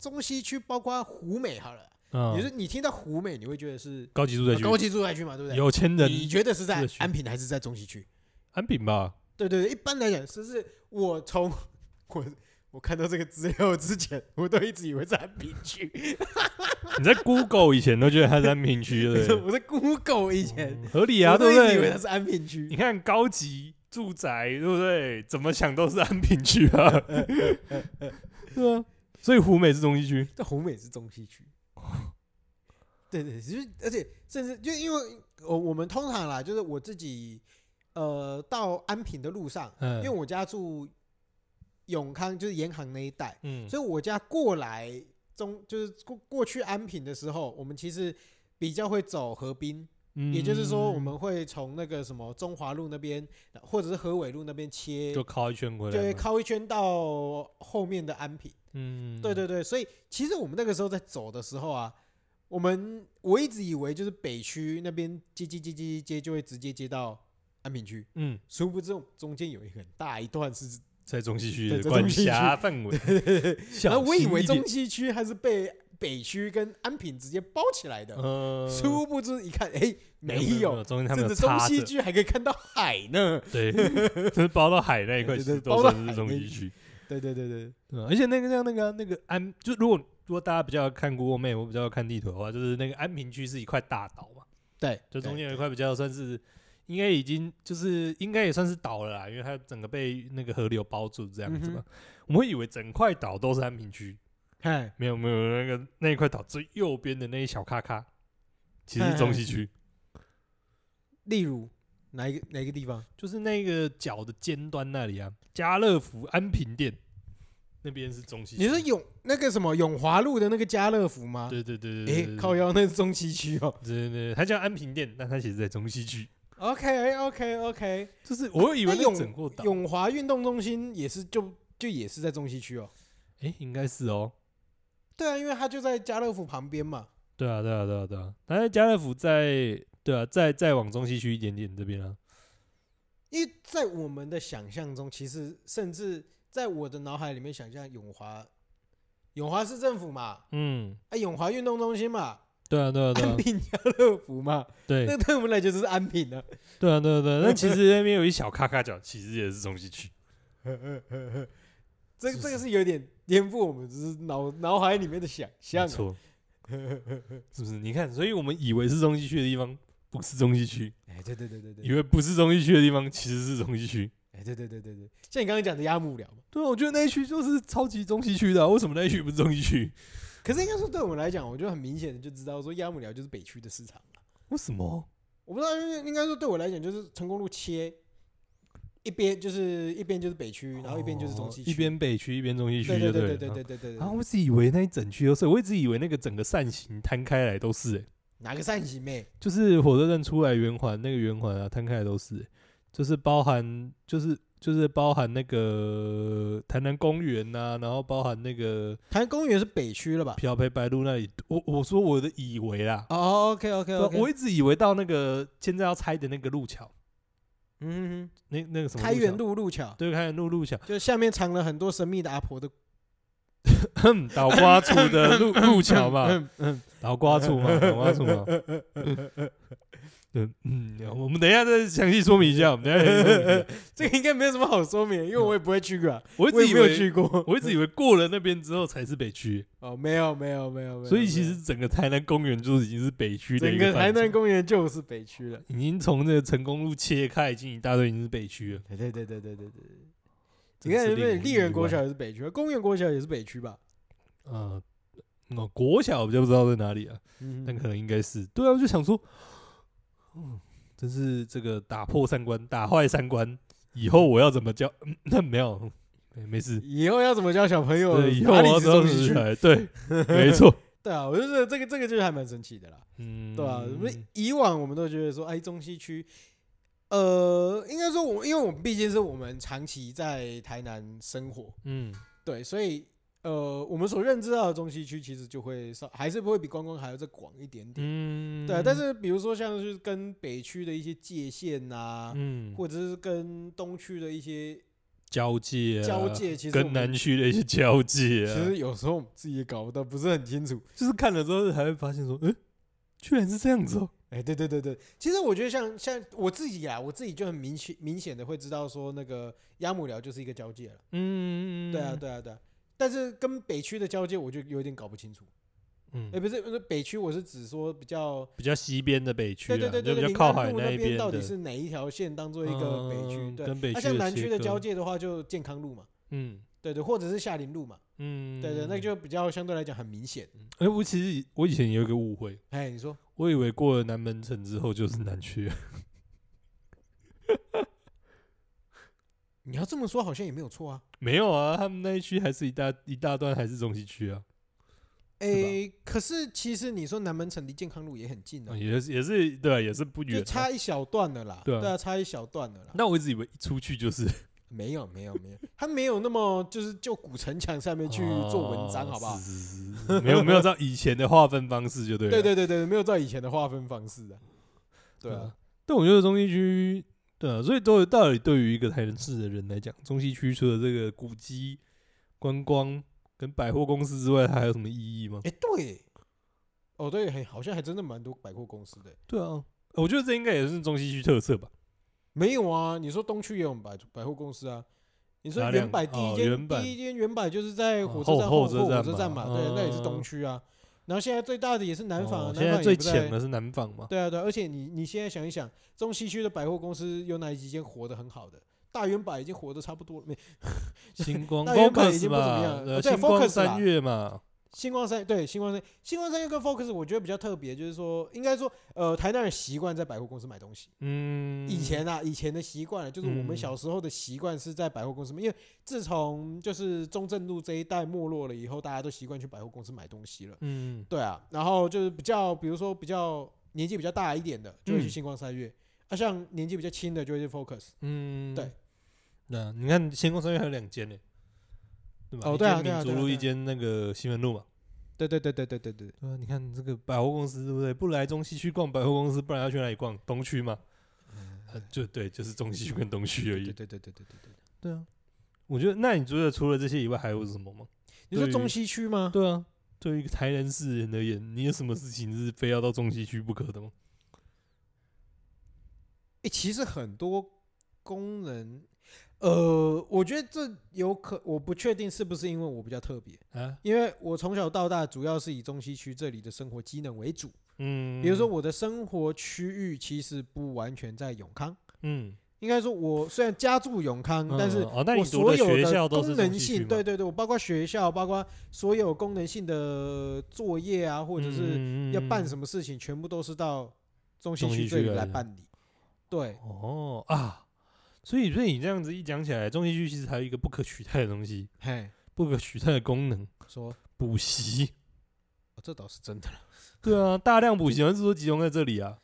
A: 中西区包括湖美好了，
B: 啊。
A: 也就是你听到湖美，你会觉得是
B: 高级住宅区，
A: 高级住宅区嘛，对不对？
B: 有钱人
A: 你觉得是在
B: 社区
A: 安平还是在中西区？
B: 安平吧？
A: 对对对，一般来讲，就是我从我我看到这个资料之前，我都一直以为是安平区，
B: [laughs] 你在 Google 以前都觉得它是安平区，
A: [laughs]
B: 对不对？
A: 我在 Google 以前，
B: 合理啊，
A: 我都
B: 对
A: 一
B: 不
A: 直以为它
B: 对？
A: 是安平
B: 你
A: 区。
B: 看高级住宅，对不对？怎么想都是安平区
A: [laughs]
B: 啊，对啊。所以湖美是中西区，
A: 这湖美是中西区。对对，就是而且甚至就因为我我们通常啦，就是我自己呃到安平的路上，
B: 嗯
A: 因为我家住永康，就是盐行那一带，
B: 嗯，
A: 所以我家过来中就是过过去安平的时候，我们其实比较会走河滨，
B: 嗯
A: 也就是说我们会从那个什么中华路那边或者是河尾路那边切，
B: 就靠一圈回来
A: 就
B: 嘛，
A: 会靠一圈到后面的安平。
B: 嗯，
A: 对对对，所以其实我们那个时候在走的时候啊，我们我一直以为就是北区那边接接接接接就会直接接到安平区，
B: 嗯，
A: 殊不知我们中间有一个很大一段是，
B: 在中西区
A: 对
B: 的
A: 在
B: 管
A: 中西区
B: 辖范围，
A: 然
B: 小
A: 后我以
B: 心
A: 为
B: 一
A: 中
B: 点，
A: 西区它是被北区跟安平直接包起来的，
B: 呃，
A: 殊不知一看，哎，
B: 有
A: 没
B: 有，，中间他
A: 甚
B: 们有
A: 至中
B: 插
A: 西
B: 着，
A: 区还可以看到海
B: [laughs]
A: 呢。
B: 对，就是包到海那一块，
A: 对
B: 其
A: 对
B: 实
A: 包
B: 都
A: 到
B: 算是
A: 海
B: 中
A: 那
B: 西
A: 一
B: 区。
A: 对对对对，
B: 对啊，而且那个像那个那个安，就如果如果大家比较看 Google Map，我比较看地图的话，就是那个安平区是一块大岛嘛，
A: 对，
B: 就中
A: 对
B: 间有一块比较算是应该已经就是应该也算是岛了啦，因为它整个被那个河流包住这样子嘛。我们以为整块岛都是安平区，
A: 嗨，
B: 没有没有，那个那一块岛最右边的那一小咔咔，其实是中西区，
A: 例如哪一个哪一个地方？
B: 就是那个角的尖端那里啊，家乐福安平店那边是中西区。
A: 你说永那个什么永华路的那个家乐福吗？
B: 对对对对对
A: 哎、
B: 对对
A: [laughs] 靠腰那是中西区哦。
B: 对对对，它叫安平店，但它其实在中西区。
A: OK OK [laughs] OK，
B: 就是我会以为
A: 那
B: 那
A: 永
B: 整过岛，
A: 永华运动中心也是就就也是在中西区哦。
B: 哎、应该是哦。
A: 对啊，因为它就在家乐福旁边嘛。
B: 对啊，对啊，对啊，对啊。但是家乐福在对啊，再再往中西区一点点这边啊，
A: 因为在我们的想象中，其实甚至在我的脑海里面想象永华，永华市政府嘛，
B: 嗯，
A: 啊，永华运动中心嘛，
B: 对啊，对啊，对啊
A: 安，平家乐福嘛，
B: 对
A: 那对我们来讲就是安平了。
B: 对啊，对啊，对啊。那其实那边有一小咔咔角，其实也是中西区。
A: 这
B: 是
A: 这个是有点颠覆我们就是脑脑海里面的想象啊。
B: 没 [laughs] 错，是不是？你看，所以我们以为是中西区的地方，不是中西区；
A: 哎，对对对对
B: 以
A: 对，
B: 为不是中西区的地方，其实是中西区。
A: 哎，对对对对对，像你刚刚讲的鸭母寮嘛，
B: 对啊，我觉得那一区就是超级中西区的啊、为什么那一区不是中西区？
A: 可是应该说对我们来讲，我就很明显的就知道说鸭母寮就是北区的市场嘛。
B: 为什么？
A: 我不知道，因为应该说对我来讲，就是成功路切一边就是一边就是北区，然后一边就是中西区，
B: 哦一边北区，一边中西区，
A: 对对
B: 就
A: 对
B: 了
A: 对对对对对
B: 然后
A: 对，
B: 我一直以为那一整区都是，我一直以为那个整个扇形摊开来都是、欸，
A: 哪个扇形妹？
B: 就是火车站出来圆环那个圆环啊，摊开来都是、欸，就是包含就是就是包含那个台南公园呐、然后包含那个
A: 台公园是北区了吧？
B: 漂培白鹭那里，我我说我的以为啦，
A: 哦，OK OK
B: 对啊
A: OK，
B: 我一直以为到那个现在要拆的那个路桥，
A: 嗯哼
B: 那那个什
A: 哼，
B: 么
A: 开元
B: 路
A: 路路桥
B: 桥，，对开元路路桥， [coughs]
A: 就下面藏了很多神秘的阿婆的
B: 倒瓜处
A: [coughs]
B: 的路路桥嘛，
A: 嗯嗯，
B: 倒瓜处 [laughs] 嘛，倒瓜处嘛。嗯嗯，我们等一下再详细说明一 [laughs] 下。我们等一下再详细说明一下
A: 这个应该没有什么好说明，因为我也不会去过啊，
B: 我一
A: 我
B: 直
A: 也
B: 以
A: 没有
B: 为，
A: 去过。
B: 我一直以为过了那边之后才是北区，
A: 哦，没有没有没有没有，
B: 所以其
A: 没有
B: 实整个台南公园就已经是北区的
A: 整
B: 一
A: 个台
B: 范畴
A: 南公园就是北区了。
B: 已经从那个成功路切开，已经一大堆已经是北区了。
A: 对对对对对对对，
B: 真
A: 你看
B: 是
A: 有没有
B: 令我
A: 丽
B: 意
A: 人国
B: 外
A: 小也是北区，公园国小也是北区吧？
B: 呃，哦，国小我比较不知道在哪里啊，
A: 嗯
B: 但可能应该是对啊，我就想说，嗯，真是这个打破三观，打坏三观，以后我要怎么教？那、 [laughs] 没有，没没事，
A: 以后要怎么教小朋友？
B: 对，以后
A: 哪
B: 我
A: 里
B: 要
A: 是
B: 知道
A: 中西
B: 是
A: 区
B: 哎，对， [laughs]
A: [laughs]
B: 没错，
A: 对啊，我就觉得这个这个就是还蛮神奇的啦，[laughs]
B: 嗯，
A: 对啊吧？我们以往我们都觉得说，哎，中西区，呃，应该说我，因为我们毕竟是我们长期在台南生活，
B: 嗯，
A: 对，所以呃，我们所认知到的中西区其实就会稍还是会比观光还要再广一点点。
B: 嗯，
A: 对啊，但，是比如说像是跟北区的一些界限呐、
B: 嗯，
A: 啊或者是跟东区的一些
B: 交界、啊，
A: 交，界，其实我们
B: 跟南区的一些交界、
A: 其
B: 啊，
A: 实有时候我们自己也搞得不是很清楚。
B: 就是看了之后还会发现说，嗯、居然是这样子哦、
A: 哎，对对对对，其实我觉得像像我自己啊，我自己就很明显明显的会知道说那个鸭母寮就是一个交界了。
B: 嗯，
A: 对啊，，对啊，对啊。但是跟北区的交界，我就有点搞不清楚。
B: 嗯
A: 哎，，不是，不是北区，我是指说比较
B: 比较西边的北区、啊，
A: 对对对对
B: 就
A: 对，
B: 比
A: 临
B: 较靠
A: 安
B: 海
A: 路那
B: 一边的，
A: 到底是哪一条线当做一个北区？
B: 嗯
A: 对，
B: 跟北
A: 那
B: 区
A: 像
B: 的
A: 南
B: 切
A: 区的
B: 割
A: 交界的话，就健康路嘛，
B: 嗯
A: 对对，或者是下林路嘛，
B: 嗯，
A: 对对，那就比较相对来讲很明显。
B: 哎、我其实我以前有一个误会，
A: 哎，你说
B: 我以为过了南门城之后就是南区，
A: 你要这么说，好像也没有错啊。
B: [laughs] 没有啊，他们那一区还是一大一大段还是中西区啊，
A: 哎，可是其实你说南门城离健康路也很近
B: 啊
A: 啊，
B: 也是也是对、啊，也是不远、
A: 就
B: 啊，
A: 差一小段的啦。
B: 对啊
A: 对啊，差一小段的啦。
B: 那我一直以为一出去就是
A: 没有没有没有，他没有那么就是就古城墙上面去做文章，
B: 哦
A: 好不好？
B: 是是是是没有没有照以前的划分方式就对了。啊
A: 对对对对，没有照以前的划分方式啊。对啊，。
B: 嗯但我觉得中西区，对啊，所以都有道理。对于一个台南市的人来讲，中西区除了这个古迹、观光跟百货公司之外，它还有什么意义吗？
A: 哎、对，哦，对，还好像还真的蛮多百货公司的。
B: 对啊，我觉得这应该也是中西区特色吧。
A: 没有啊，你说东区也有百百货公司啊？你说
B: 哪
A: 原
B: 两
A: 百第
B: 哦
A: 一间、
B: 原百
A: 第一间原百就是在火
B: 哦
A: 车站
B: 后
A: 后
B: 后车
A: 火
B: 站
A: 车站嘛，
B: 嘛
A: 对，那也是东
B: 嗯
A: 区啊。然后现在最大的也是南纺、啊，
B: 哦
A: 南纺
B: 现在
A: 也
B: 最
A: 不在
B: 浅的是南纺嘛？
A: 对啊，对啊，而且你你现在想一想，中西区的百货公司有哪几间活得很好的？大原百已经活得差不多了，没
B: 星
A: [laughs]
B: 光
A: 那原本已
B: Focus
A: 经不怎么样
B: 嘛
A: 了，
B: 呃
A: 哦对
B: 星
A: Focus
B: 光
A: 啦
B: 三月嘛，
A: 星光三对星光三星光三月跟 Focus，我觉得比较特别，就是说应该说呃，台南人习惯在百货公司买东西。
B: 嗯，
A: 以前啊，以前的习惯了，就是我们
B: 嗯
A: 小时候的习惯是在百货公司买，因为自从就是中正路这一带没落了以后，大家都习惯去百货公司买东西了。
B: 嗯
A: 对啊，然后就是比较，比如说比较年纪比较大一点的，就会去
B: 嗯
A: 星光三月。啊，像年纪比较轻的就会是 Focus，
B: 嗯，
A: 对。
B: 那你看仙宫商业还有两间呢，对吧？
A: 哦
B: 一
A: 对啊
B: 间
A: 对啊
B: 民
A: 对
B: 族
A: 啊
B: 路，
A: 对
B: 一
A: 啊
B: 间那个西门路嘛。
A: 对对对对对对对，
B: 对啊，你看这个百货公司对不对？不来中西区逛百货公司，不然要去哪里逛？东区嘛。啊就对，就是中西区跟东区而
A: 嗯对
B: 已。
A: 对对对对对对。
B: 对啊，我觉得那你觉得除了这些以外还有什么吗？
A: 你说
B: 对于
A: 中西区吗？
B: 对啊，对于一个台南市人而言，你有什么事情是非要到中西区不可的吗？
A: 诶，其实很多工人，呃，我觉得这有可，我不确定是不是因为我比较特别，
B: 啊，
A: 因为我从小到大主要是以中西区这里的生活机能为主。
B: 嗯，
A: 比如说，我的生活区域其实不完全在永康，
B: 嗯，
A: 应该说，我虽然家住永康，但是
B: 嗯哦，那你
A: 我
B: 读
A: 所
B: 的
A: 有
B: 学校都是
A: 功
B: 中
A: 能
B: 西区
A: 性，
B: 吗
A: 对，对对，我包括学校，包括所有功能性的作业啊，或者是
B: 是
A: 要办
B: 么？
A: 什么事情，全部都是到中西
B: 嗯中西
A: 区这里
B: 区来
A: 来
B: 的
A: 办理。对，
B: 哦啊，所以所以你这样子一讲起来，中西区其实还有一个不可取代的东西，
A: 嘿，
B: 不可取代的功能
A: 说、
B: ——补习。
A: 哦、这倒是真的了。
B: 对啊，大量补习完是说集中在这里啊。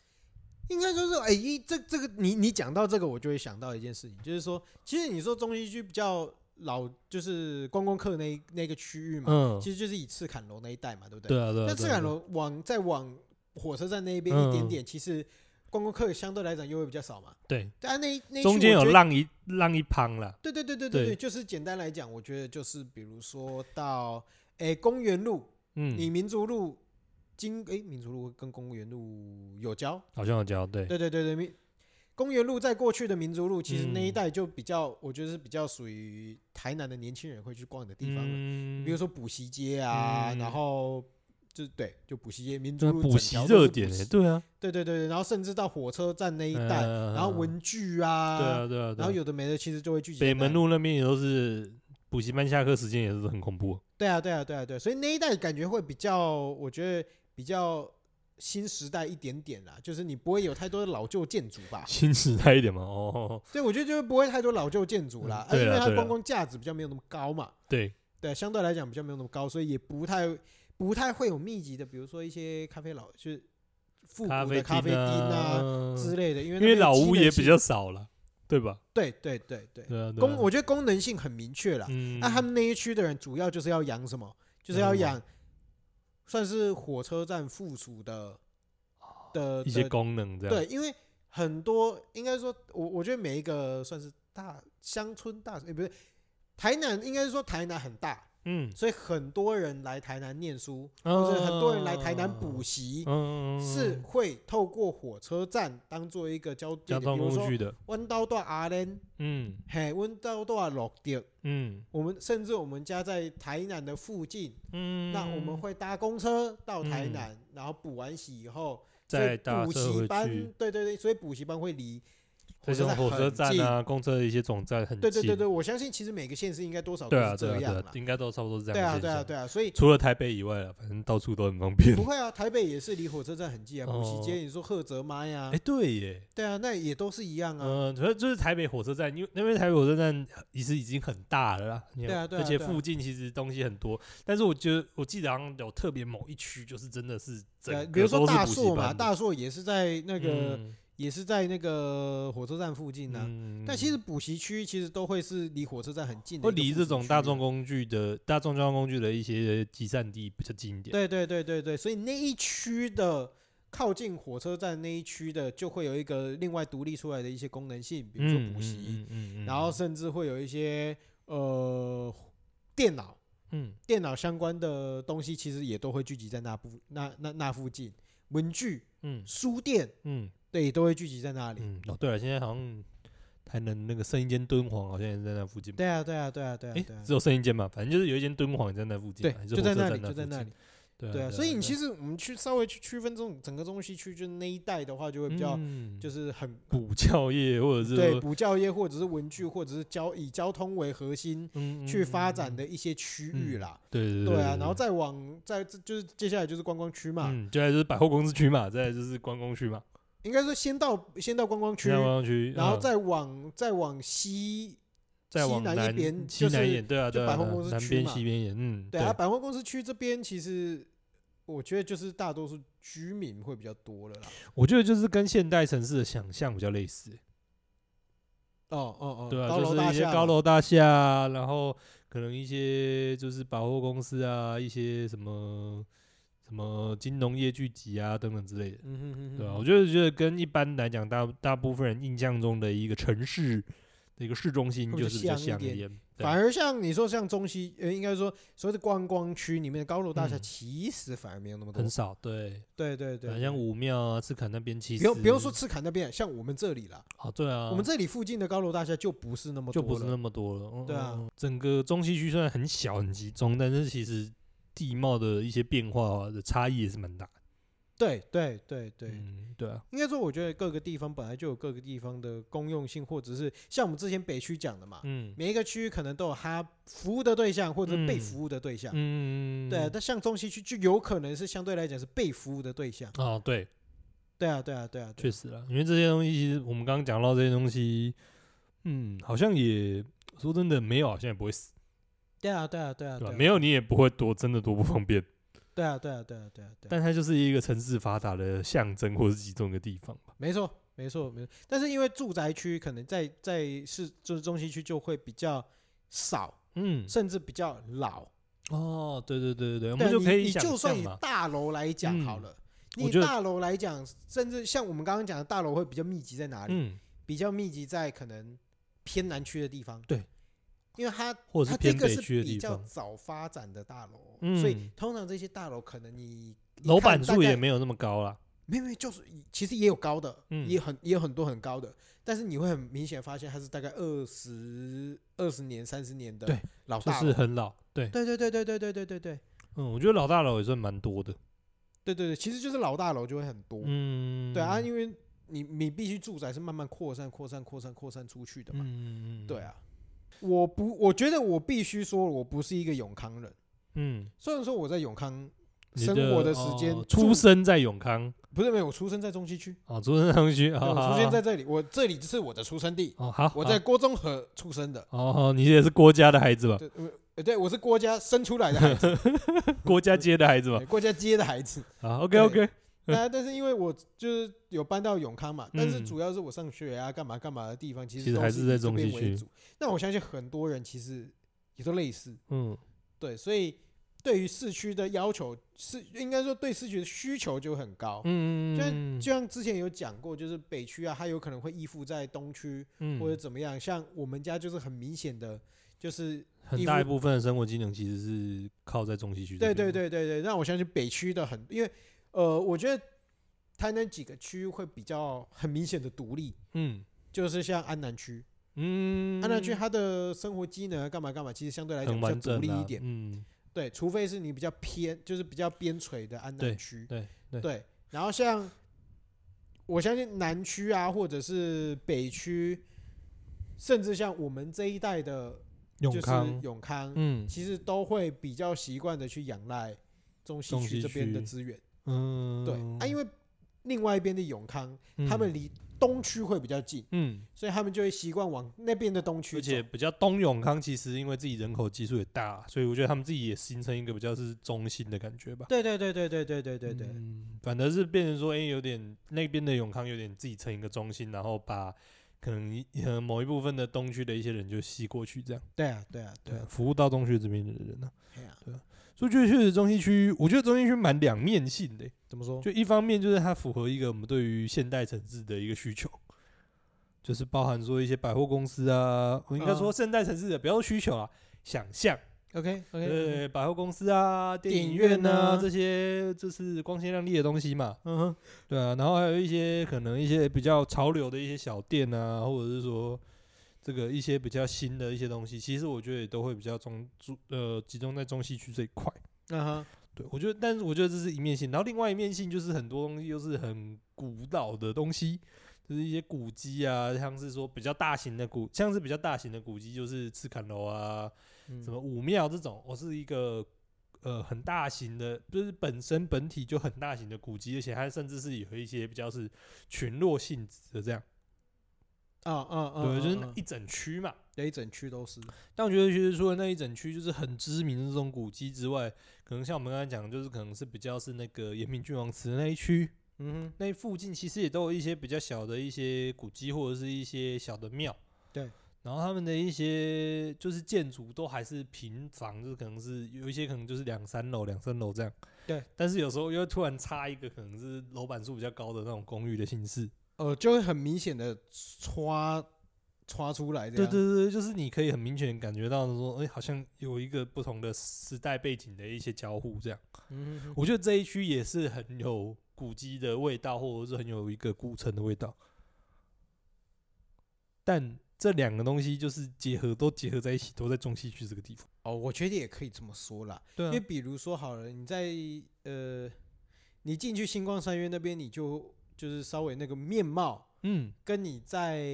A: 应该说是，哎、一这这个你你讲到这个，我就会想到一件事情，就是说，其实你说中西区比较老，就是观光客那一那个区域嘛，
B: 嗯，
A: 其实就是以赤坎楼那一带嘛，对不对？
B: 对啊，对啊。
A: 那
B: 对
A: 赤
B: 啊
A: 坎，
B: 对啊嗯
A: 楼往再往火车站那一边一点点，其实观光客相对来讲又会比较少嘛。
B: 对，
A: 但啊那一那一区
B: 中间
A: 我
B: 有
A: 觉得
B: 浪一浪一旁啦。
A: 对对对对对
B: 对
A: 对，就是简单来讲，我觉得就是比如说到诶、公园路，你
B: 嗯，
A: 民族路经诶、民族路跟公园路有交，
B: 好像有教对。
A: 对对对对，民公园路在过去的民族路，其实那一
B: 嗯
A: 带就比较，我觉得是比较属于台南的年轻人会去逛的地方了。
B: 嗯，
A: 比如说补习街啊，
B: 嗯
A: 然后就对，就补习街、民
B: 对
A: 族路
B: 啊补
A: 整
B: 习
A: 条都
B: 热
A: 是补
B: 点
A: 习
B: 欸，对啊，
A: 对对对对，然后甚至到火车站那一带，
B: 嗯
A: 然后文具啊，
B: 对啊，对啊，对
A: 然后
B: 啊
A: 有的没的，其实就会聚集在
B: 北
A: 那
B: 门
A: 里。
B: 路那边也都是补习班下课时间也是很恐怖。
A: 对啊，对啊，对啊，对啊，所以那一带感觉会比较，我觉得比较新时代一点点啦，就是你不会有太多的老旧建筑吧？
B: 新时代一点嘛，哦，
A: 对，我觉得就是不会太多老旧建筑啦，啊
B: 嗯对
A: 因
B: 啦
A: 为它
B: 对啦
A: 观光价值比较没有那么高嘛，
B: 对，
A: 对，相对来讲比较没有那么高，所以也不太不太会有密集的，比如说一些咖啡老就是复古
B: 咖
A: 的
B: 啡
A: 咖啡厅啊
B: 啊
A: 之类的，因为
B: 因
A: 那
B: 为
A: 边
B: 老
A: 机
B: 屋
A: 能
B: 也
A: 性
B: 比较少了，对吧？
A: 对对对对，
B: 对啊，对
A: 功
B: 啊
A: 我觉得功能性很明确啦。
B: 嗯，
A: 那他们那一区的人主要就是要养什么？就是要
B: 养
A: 养，算是火车站附属的的
B: 一些
A: 的
B: 功能这样，
A: 对，因为很多应该说，我我觉得每一个算是大乡村大，也不是台南，应该是说台南很大，
B: 嗯，
A: 所以很多人来台南念书，
B: 嗯，
A: 或
B: 或
A: 者很多人来台南补，习，
B: 嗯，
A: 是会透过火车站当做一个交
B: 交
A: 通，比
B: 通
A: 如
B: 工
A: 说
B: 具的，
A: 弯刀到阿莲，
B: 嗯
A: 嘿，弯刀到六点。
B: 嗯
A: 我们甚至我们家在台南的附近，
B: 嗯，
A: 那我们会搭公车到台南，然后补完习以后，所以
B: 再搭
A: 补
B: 车
A: 习
B: 回
A: 班
B: 去，，
A: 对对对，所以补习班会离
B: 这种火车
A: 很
B: 站
A: 近。
B: 啊、公车的一些总站很近，
A: 对对对对，我相信其实每个县市应该多少都
B: 对啊
A: 是
B: 对
A: 这
B: 啊
A: 样
B: 对
A: 啦
B: 啊，。应该都差不多是这
A: 对啊
B: 样的现象，
A: 对啊对啊，所以
B: 除了台北以外了，反正到处都很方便
A: 不。会啊，台北也是离火车站很近啊，补习街
B: 嗯哦
A: 你说赫泽妈呀
B: 哎，，对耶，
A: 对啊，那也都是一样啊。
B: 嗯，主要就是台北火车站，因为那边台北火车站其实已经很大了啦，你
A: 对啊
B: 有
A: 对啊
B: 而且
A: 对啊
B: 附近其实东西很多，但是我觉得我记得好像有特别某一区，就是真的是
A: 对
B: 整
A: 啊
B: 个，
A: 比如
B: 都
A: 说
B: 是
A: 大
B: 补习
A: 硕嘛，
B: 班的
A: 大硕也是在那个
B: 嗯
A: 也是在那个火车站附近啊。
B: 嗯
A: 但其实补习区其实都会是离火车站很近的
B: 会
A: 一个附属区域
B: 离
A: 啊，
B: 这种大众工具的大众交通工具的一些集散地比较近一点。
A: 对对对对对，所以那一区的靠近火车站那一区的，就会有一个另外独立出来的一些功能性，比如说补习，
B: 嗯，嗯嗯嗯
A: 然后甚至会有一些呃电脑
B: 嗯
A: 电脑相关的东西，其实也都会聚集在那部那那那附近，文具、
B: 嗯
A: 书店，
B: 嗯
A: 对，也都会聚集在那里。
B: 嗯哦，对了，现在好像台南那个圣一间敦煌好像也是在那附近吧。
A: 对啊，对啊，对啊，对啊，
B: 哎
A: 对啊，
B: 只有剩一间嘛，反正就是有一间敦煌也在那附近
A: 对
B: 嘛，还，是
A: 就
B: 火
A: 在
B: 车
A: 那
B: 站
A: 里，就在
B: 附
A: 那
B: 近
A: 里。
B: 对啊，
A: 对
B: 对
A: 啊，所以你其实我们去稍微去区分这种整个中西区，就那一带的话，就会比
B: 嗯
A: 较就是是很
B: 补教业或者是
A: 对
B: 说
A: 补教业或者是文具或者是交以交通为核心
B: 嗯
A: 去发展，
B: 嗯嗯
A: 的一些区域啦。
B: 嗯对对
A: 对啊，然后再往再这就是接下来就是观光区嘛，
B: 嗯，接下来就是百货公司区嘛，再来就是观光区嘛，
A: 应该说先到先到观光区
B: 现在，观光区，
A: 然后
B: 嗯
A: 再往再往西，
B: 再
A: 西
B: 往
A: 南一
B: 南
A: 边
B: 西
A: 就是
B: 南一点，对啊，
A: 就
B: 对啊
A: 百货
B: 对啊
A: 公司
B: 南
A: 区
B: 边
A: 嘛
B: 西边一点，嗯，
A: 对啊，百货公司区这边其实我觉得就是大多数居民会比较多
B: [sniffs]
A: 了啦。
B: 我觉得就是跟现代城市的想象比较类似、
A: 哦哦哦，
B: 对啊，
A: 高
B: 就
A: 楼
B: 是
A: 大
B: 一些
A: 厦嘛，
B: 高楼大厦啊，然后可能一些就是百货公司啊，一些什么什么金融业聚集啊等等之类的，
A: 嗯哼哼哼，
B: 对啊，我就是觉得跟一般来讲大大部分人印象中的一个城市的一个市中心
A: 会比较
B: 就是比较
A: 像
B: 像
A: 一
B: 一
A: 点
B: 点，对
A: 反而像你说像中西，呃，应该说所谓的观光区里面的高楼大厦，
B: 嗯
A: 其实反而没有那么多
B: 很。少，对，
A: 对对对，
B: 啊像
A: 对
B: 武庙啊、赤坎那边其
A: 不
B: 实
A: 用不用说赤坎那边，像我们这里啦，
B: 啊，对啊，
A: 我们这里附近的高楼大厦就不是那么
B: 就
A: 多
B: 不是
A: 了
B: 那么多了。嗯
A: 对啊
B: 嗯嗯整个中西区虽然很小很集中，但是其实地貌的一些变化啊的差异也是蛮大的。
A: 对对对对，
B: 嗯，对啊，
A: 应该说我觉得各个地方本来就有各个地方的公用性，或者是像我们之前北区讲的嘛，
B: 嗯
A: 每一个区域可能都有它服务的对象或者是被
B: 嗯
A: 服务的对象。
B: 嗯，
A: 对啊，但像中西区就有可能是相对来讲是被服务的对象。
B: 啊，对，
A: 对啊，对啊，对啊，对
B: 确实了，因为这些东西，其实我们刚刚讲到这些东西，嗯，好像也说真的，没有好像也不会死，
A: 对啊，对啊，对啊，
B: 对
A: 对
B: 吧？
A: 啊，
B: 没有你也不会多，真的多不方便。
A: 对啊，对啊，对啊，对啊，对啊，
B: 但它就是一个城市发达的象征，或是集中的地方吧。
A: 没错，没错，没错。但是因为住宅区可能在在市就是中西区就会比较少，
B: 嗯，
A: 甚至比较老。
B: 哦，对对对对对，我
A: 对
B: 们
A: 啊，
B: 就
A: 你
B: 可以
A: 你
B: 想
A: 就算
B: 象
A: 以
B: 嘛，
A: 大楼来讲好
B: 嗯
A: 了，
B: 我
A: 你
B: 觉得
A: 大楼来讲，甚至像我们刚刚讲的大楼会比较密集在哪里？
B: 嗯，
A: 比较密集在可能偏南区的地方。
B: 对，
A: 因为它
B: 或者
A: 它这
B: 是偏
A: 个
B: 北
A: 是
B: 区的
A: 比
B: 地
A: 较
B: 方，
A: 早发展的大楼，所以
B: 嗯
A: 通常这些大楼可能你一
B: 楼
A: 看
B: 板
A: 大
B: 数也
A: 概
B: 没有那么高啦。
A: 没有没有，就是其实也有高的，
B: 嗯
A: 也很也有很多很高的，但是你会很明显发现它是大概二十二十年、三十年的
B: 对
A: 老
B: 就
A: 大
B: 是
A: 楼。
B: 很老。对，
A: 对对对对对对对对对
B: 嗯，我觉得老大楼也算蛮多的。
A: 对对对，其实就是老大楼就会很多。
B: 嗯，
A: 对啊，因为你你必须住宅是慢慢扩散、扩散、扩散、扩散出去的嘛。
B: 嗯，嗯
A: 对，啊，我不，我觉得我必须说，我不是一个永康人。
B: 嗯，
A: 虽然说我在永康
B: 你
A: 生活的时间
B: 哦
A: 住
B: 出生在永康
A: 不是没有，我出生在中西区，
B: 啊，出生在东区
A: 对
B: 啊，好
A: 我
B: 好
A: 出现
B: 好
A: 在这里，我这里是我的出生地，
B: 哦好，
A: 我在
B: 好
A: 郭中和出生的。
B: 哦，好你也是郭家的孩子吧？
A: 对，呃，对我是郭家生出来的孩
B: [laughs]
A: 子，
B: 郭家街的孩子吧？
A: 郭家接的孩子。
B: 啊，OK OK， [laughs]
A: 那但是因为我就是有搬到永康嘛，但是
B: 嗯
A: 主要是我上学啊、干嘛干嘛的地方，其
B: 其
A: 实
B: 实
A: 都
B: 还
A: 是
B: 是
A: 以
B: 在
A: 这
B: 中
A: 边
B: 西
A: 为
B: 区
A: 主。那我相信很多人其实也都类似，
B: 嗯，
A: 对，所以对于市区的要求是应该说对市区的需求就很高。
B: 嗯，
A: 就就像之前有讲过，就是北区啊，它有可能会依附在东区
B: 嗯
A: 或者怎么样。像我们家就是很明显的，就是
B: 很大一部分的生活机能其实是靠在中西区这
A: 对
B: 边。
A: 对对对对，那我相信北区的很，因为呃，我觉得台南几个区会比较很明显的独立，
B: 嗯，
A: 就是像安南区，
B: 嗯嗯，
A: 安南区它的生活机能啊干嘛干嘛，其实相对来讲
B: 很
A: 比较
B: 完
A: 独
B: 整
A: 立
B: 啊
A: 一点。
B: 嗯，
A: 对，除非是你比较偏，就是比较边陲的安南区。
B: 对对
A: 对，然后像我相信南区啊，或者是北区，甚至像我们这一代的，
B: 永
A: 就是
B: 康，
A: 永康，
B: 嗯
A: 其实都会比较习惯的去仰赖中西
B: 中
A: 区
B: 西
A: 这边的
B: 区
A: 资源。
B: 嗯，
A: 对，啊，因为另外一边的永康，他们
B: 嗯
A: 离东区会比较近，
B: 嗯，
A: 所以他们就会习惯往那边的东区
B: 而且
A: 走。
B: 比较东永康，其实因为自己人口基数也大，所以我觉得他们自己也形成一个比较是中心的感觉吧。
A: 对对对对对对对对对，
B: 嗯，反而是变成说，哎、有点那边的永康有点自己成一个中心，然后把可能一呃某一部分的东区的一些人就吸过去，这样
A: 对啊对啊对啊，
B: 服务到东区这边的人呢、
A: 哎呀，
B: 所以我觉得确实中西区，我觉得中西区蛮两面性的、欸
A: 怎么说？
B: 就一方面就是它符合一个我们对于现代城市的一个需求，就是包含说一些百货公司啊，我应该说现代城市的不要说需求啊，想象，
A: OK OK，
B: 对百货公司啊、嗯电
A: 电
B: 影
A: 影
B: 院
A: 院啊
B: 啊这些，就是光鲜亮丽的东西嘛，嗯哼，对啊，然后还有一些可能一些比较潮流的一些小店啊，或者是说。这个一些比较新的一些东西，其实我觉得也都会比较中中呃集中在中西区这一块。
A: 嗯哼，
B: 对，我觉得，但是我觉得这是一面性，然后另外一面性就是很多东西又是很古老的东西，就是一些古迹啊，像是说比较大型的古，像是比较大型的古迹，就是赤坎楼啊，
A: 嗯
B: 什么武庙这种，我、是一个呃很大型的，就是本身本体就很大型的古迹，而且它甚至是有一些比较是群落性质的这样。
A: 啊啊啊！
B: 对，就是
A: 嗯
B: 那
A: 嗯
B: 一整区嘛。
A: 对一整区都是，
B: 但我觉得，其实除了那一整区就是很知名的这种古迹之外，可能像我们刚才讲，就是可能是比较是那个延平郡王祠的那一区，
A: 嗯
B: 那附近其实也都有一些比较小的一些古迹或者是一些小的庙。
A: 对。
B: 然后他们的一些就是建筑都还是平房，就是可能是有一些可能就是两三楼、两三楼这样。
A: 对。
B: 但是有时候又突然插一个可能是楼板数比较高的那种公寓的形式。
A: 哼，呃，就会很明显的刷刷出来这
B: 对
A: 样。
B: 对对，就是你可以很明显地感觉到说，哎、好像有一个不同的时代背景的一些交互这样。
A: 嗯哼哼，
B: 我觉得这一区也是很有古迹的味道，或者是很有一个古城的味道。但这两个东西就是结合，都结合在一起，都在中西区这个地方。
A: 哦，我觉得也可以这么说啦，
B: 对
A: 因为比如说好了，你在呃，你进去星光三月那边，你就就是稍微那个面貌，
B: 嗯
A: 跟你在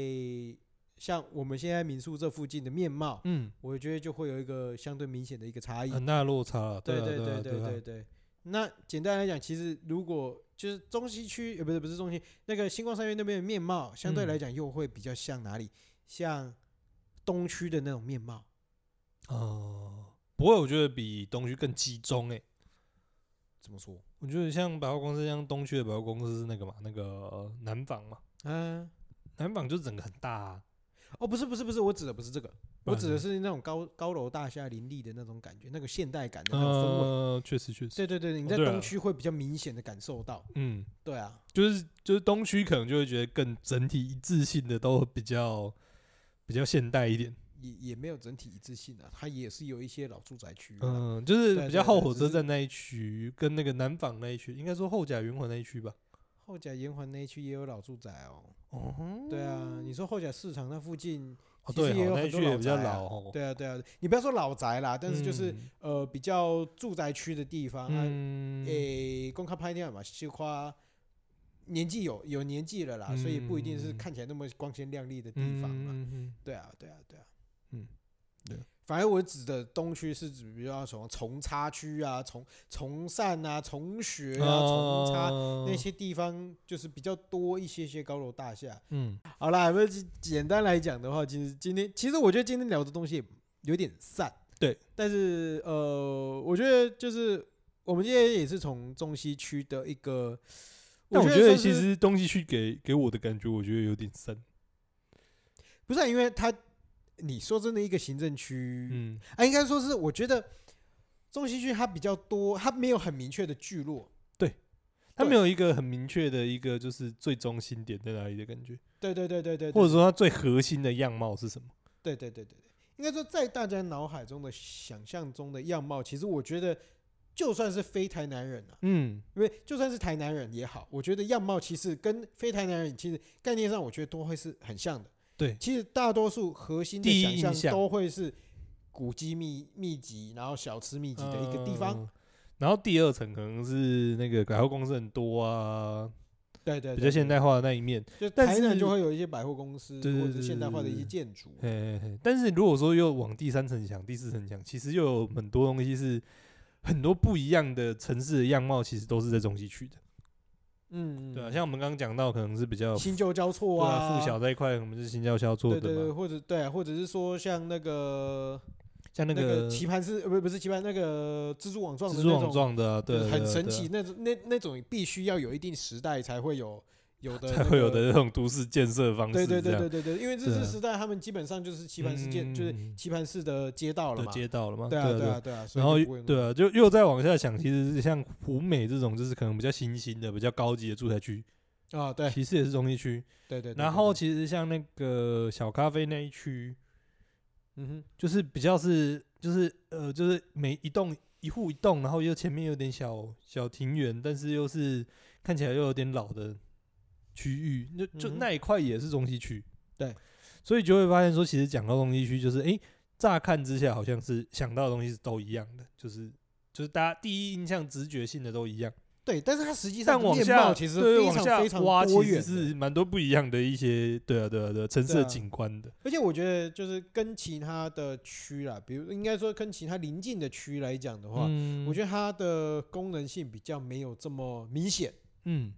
A: 像我们现在民宿这附近的面貌，
B: 嗯，
A: 我觉得就会有一个相对明显的一个差异。
B: 很大的落差了。
A: 对
B: 啊
A: 哎对
B: 对啊
A: 对
B: 对
A: 对
B: 啊
A: 对对。那简单来讲，其实如果就是中西区，呃，不是不是中西，那个星光三月那边的面貌，相对来
B: 嗯
A: 讲又会比较像哪里？像东区的那种面貌。
B: 哦不过我觉得比东区更集中诶、
A: 怎么说？
B: 我觉得像百货公司，像东区的百货公司是那个嘛，那个呃南纺嘛，
A: 嗯、
B: 南纺就整个很大、啊，
A: 哦，不是不是不是，我指的不是这个，我
B: 不然
A: 指的
B: 呢
A: 是那种高高楼大厦林立的那种感觉，那个现代感的那种氛围。
B: 呃，确实确实，
A: 对对对，你
B: 哦
A: 在
B: 对啊
A: 东区会比较明显的感受到。
B: 嗯，
A: 对啊，
B: 就是就是东区可能就会觉得更整体一致性的都比较比较现代一点，
A: 也也没有整体一致性啊，它也是有一些老住宅区啊、
B: 嗯，就是
A: 对
B: 比较
A: 对
B: 后
A: 对
B: 火
A: 只
B: 车
A: 是
B: 站那一区跟那个南纺那一区，应该说后甲圆环那一区吧。
A: 后甲圆环那一区也有老住宅哦。
B: 哦，
A: 对啊，你说后甲市场那附近，
B: 哦
A: 其实
B: 对
A: 也有
B: 哦，那
A: 很
B: 一
A: 多
B: 区也
A: 老
B: 比较
A: 宅啊
B: 老哦。
A: 对啊对啊，你不要说老宅啦，但是就是、
B: 嗯
A: 呃比较住宅区的地方，啊
B: 嗯，
A: 诶，公开拍店嘛，西瓜年纪有有年纪了啦，所以不一定是
B: 嗯
A: 看起来那么光鲜亮丽的地方嘛。
B: 嗯嗯
A: 对啊，对啊，对啊，
B: 嗯，对。
A: 反而我指的东区是指比较什么从差区啊、从从善啊、从学
B: 嗯
A: 啊、从差
B: 啊
A: 那些地方，就是比较多一些些高楼大厦。
B: 嗯，
A: 好啦，那简简单来讲的话，其实今天其实我觉得今天聊的东西也有点散，
B: 对。
A: 但是呃，我觉得就是我们今天也是从中西区的一个，
B: 但我觉
A: 算
B: 得
A: 是
B: 其实东西区给给我的感觉，我觉得有点深。
A: 不是啊、因为它，你说真的，一个行政区，
B: 嗯，
A: 啊，应该说是我觉得中西区它比较多，它没有很明确的聚落。
B: 它
A: 对
B: 没有一个很明确的一个就是最中心点在哪里的感觉，
A: 对对对对对，
B: 或者说它最核心的样貌是什么？
A: 对对对对对，应该说在大家脑海中的想象中的样貌，其实我觉得就算是非台南人啊，
B: 嗯，
A: 因为就算是台南人也好，我觉得样貌其实跟非台南人其实概念上，我觉得都会是很像的。
B: 对
A: 其实大多数核心
B: 第
A: 的
B: 一
A: 想
B: 印象
A: 象都会是古迹密密集，然后小吃密集的一个地方。
B: 嗯然后第二层可能是那个百货公司很多啊，
A: 对对对，
B: 比较现
A: 对，
B: 代化的那一面。
A: 就
B: 但
A: 台南
B: 是
A: 就会有一些百货公司
B: 对对
A: 或者
B: 对
A: 是现代化的一些
B: 对对
A: 建筑。
B: 嘿嘿嘿但是如果说又往第三层想、第四层想，其实又有很多东西是很多不一样的城市的样貌，其实都是在中西区的。
A: 嗯，
B: 对啊，像我们刚刚讲到，可能是比较
A: 新旧交错
B: 对啊附小这一块，我们是新教校做
A: 对
B: 的
A: 对对，
B: 嘛，
A: 或者对啊，或者是说像那个
B: 像那
A: 那
B: 个
A: 棋盘是呃不不是棋盘那个蜘蛛网状的
B: 蜘
A: 那
B: 蛛
A: 种，
B: 网状的啊，对
A: 就
B: 啊，
A: 是
B: 对
A: 很
B: 啊
A: 神
B: 对啊
A: 奇，那种那那种必须要有一定时代才会有有的、
B: 才会有的。那种都市建设方
A: 对
B: 式，
A: 对
B: 这
A: 对
B: 样
A: 对对对，因为日
B: 对啊
A: 治时代他们基本上就是棋盘式街，就是
B: 嗯
A: 棋盘式的街道了
B: 的
A: 嘛。
B: 街道了嘛，
A: 对啊
B: 啊
A: 对
B: 对
A: 啊。对啊，所以
B: 然后
A: 就不会有那
B: 对啊，就又再往下想，其实是像湖美这种，就是可能比较新兴的、比较高级的住宅区，
A: 种啊，对
B: 其实也是中西区。
A: 对对对。对
B: 然后
A: 对
B: 其实像那个小咖啡那一区，
A: 嗯哼，
B: 就是比较是就是呃就是每一栋一户一栋，然后又前面有点小小庭园，但是又是看起来又有点老的区域，就就
A: 嗯哼
B: 那一块也是中西区。
A: 对，
B: 所以就会发现说，其实讲到中西区，就是诶，乍看之下好像是想到的东西是都一样的，就是就是大家第一印象直觉性的都一样，
A: 对，但是它实际上
B: 但往
A: 面
B: 下
A: 貌其实
B: 对
A: 非
B: 往
A: 常
B: 下
A: 非常
B: 挖，
A: 多
B: 其实
A: 元的。
B: 是蛮多不一样的一些对啊对啊对啊城市
A: 对
B: 的
A: 啊
B: 景观的。
A: 而且我觉得就是跟其他的区啦，比如应该说跟其他邻近的区来讲的话，
B: 嗯
A: 我觉得它的功能性比较没有这么明显。
B: 嗯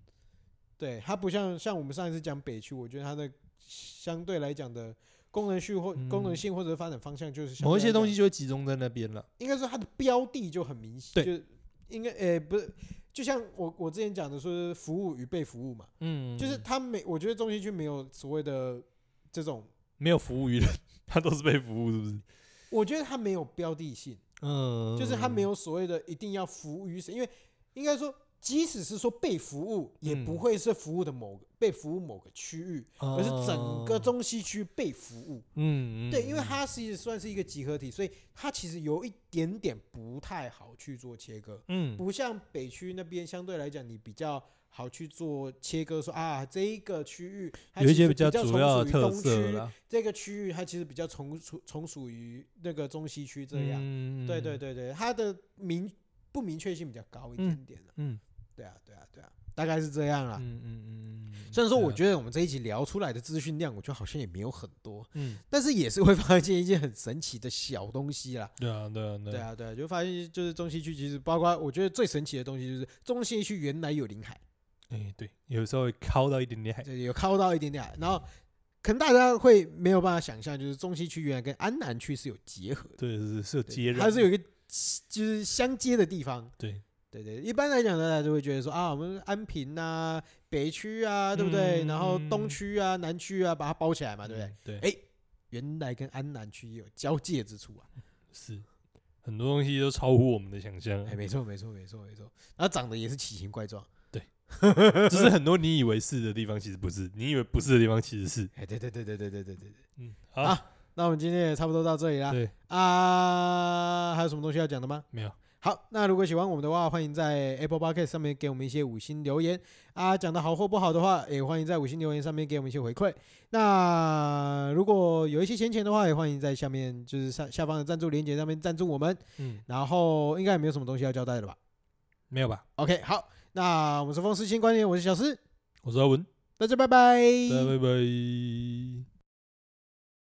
A: 对，它不像像我们上一次讲北区，我觉得它的相对来讲的功能性或
B: 嗯
A: 功能性或者发展方向就是相对
B: 某一些
A: 来讲
B: 东西，就会集中在那边了。
A: 应该说它的标的就很明显，
B: 对
A: 就应该诶、不是，就像我我之前讲的说是服务与被服务嘛，
B: 嗯，
A: 就是它没，我觉得中西区没有所谓的这种，
B: 没有服务于人，他都是被服务，是不是？
A: 我觉得它没有标的性，
B: 嗯，
A: 就是它没有所谓的一定要服务于谁，因为应该说。即使是说被服务，也
B: 嗯
A: 不会是服务的某个被服务某个区域，
B: 哦，
A: 而是整个中西区被服务。
B: 嗯，嗯，
A: 对，因为
B: 嗯
A: 它其实算是一个集合体，所以它其实有一点点不太好去做切割，
B: 嗯
A: 不像北区那边相对来讲你比较好去做切割，说啊这一个区域它
B: 有一
A: 其
B: 些
A: 实
B: 比
A: 比
B: 较主
A: 从属
B: 要的
A: 于
B: 特
A: 东
B: 色
A: 区，
B: 啦，
A: 这个区域它其实比较从属从属于那个中西区这样。
B: 嗯
A: 对对，对对，它的明不明确性比较高一点点了。
B: 嗯
A: 对啊对啊对啊，大概是这样啦。
B: 嗯嗯嗯，
A: 虽然说
B: 对
A: 我
B: 啊
A: 觉得我们这一集聊出来的资讯量，我觉得好像也没有很多，
B: 嗯，
A: 但是也是会发现一件很神奇的小东西啦。
B: 对啊对啊
A: 对
B: 对啊，
A: 啊，对啊，就发现就是中西区，其实包括我觉得最神奇的东西就是中西区原来有林海，
B: 哎对，有时候会敲到一点点海，
A: 就有靠到一点点海，然后可能大家会没有办法想象，就是中西区原来跟安南区是有结合的，
B: 对是是有
A: 对
B: 接壤的，
A: 它是有一个就是相接的地方。
B: 对
A: 对对，一般来讲，大家就会觉得说啊，我们安平啊、北区啊，对不对？然后东
B: 嗯
A: 区啊、南区啊，把它包起来嘛，对不对？
B: 嗯对，
A: 原来跟安南区也有交界之处啊！
B: 是很多东西都超乎我们的想象啊，
A: 哎，没错，没错，没错，没错。然后长得也是奇形怪状。
B: 就是很多你以为是的地方，其实不是；你以为不是的地方，其实是。
A: 哎，对对对对对对对对对。
B: 嗯，
A: 啊
B: 好，
A: 那我们今天也差不多到这里啦。
B: 对，
A: 啊，还有什么东西要讲的吗？
B: 没有，
A: 好，那如果喜欢我们的话，欢迎在 Apple Podcast 上面给我们一些五星留言啊。讲的好或不好的话，也欢迎在五星留言上面给我们一些回馈。那如果有一些闲钱的话，也欢迎在下面就是下下方的赞助链接上面赞助我们。
B: 嗯，
A: 然后应该也没有什么东西要交代的吧
B: 没有吧？
A: ？OK，好，那我们是风湿性关节炎，我是小诗，
B: 我是阿文，
A: 大家拜拜。
B: 大家拜拜。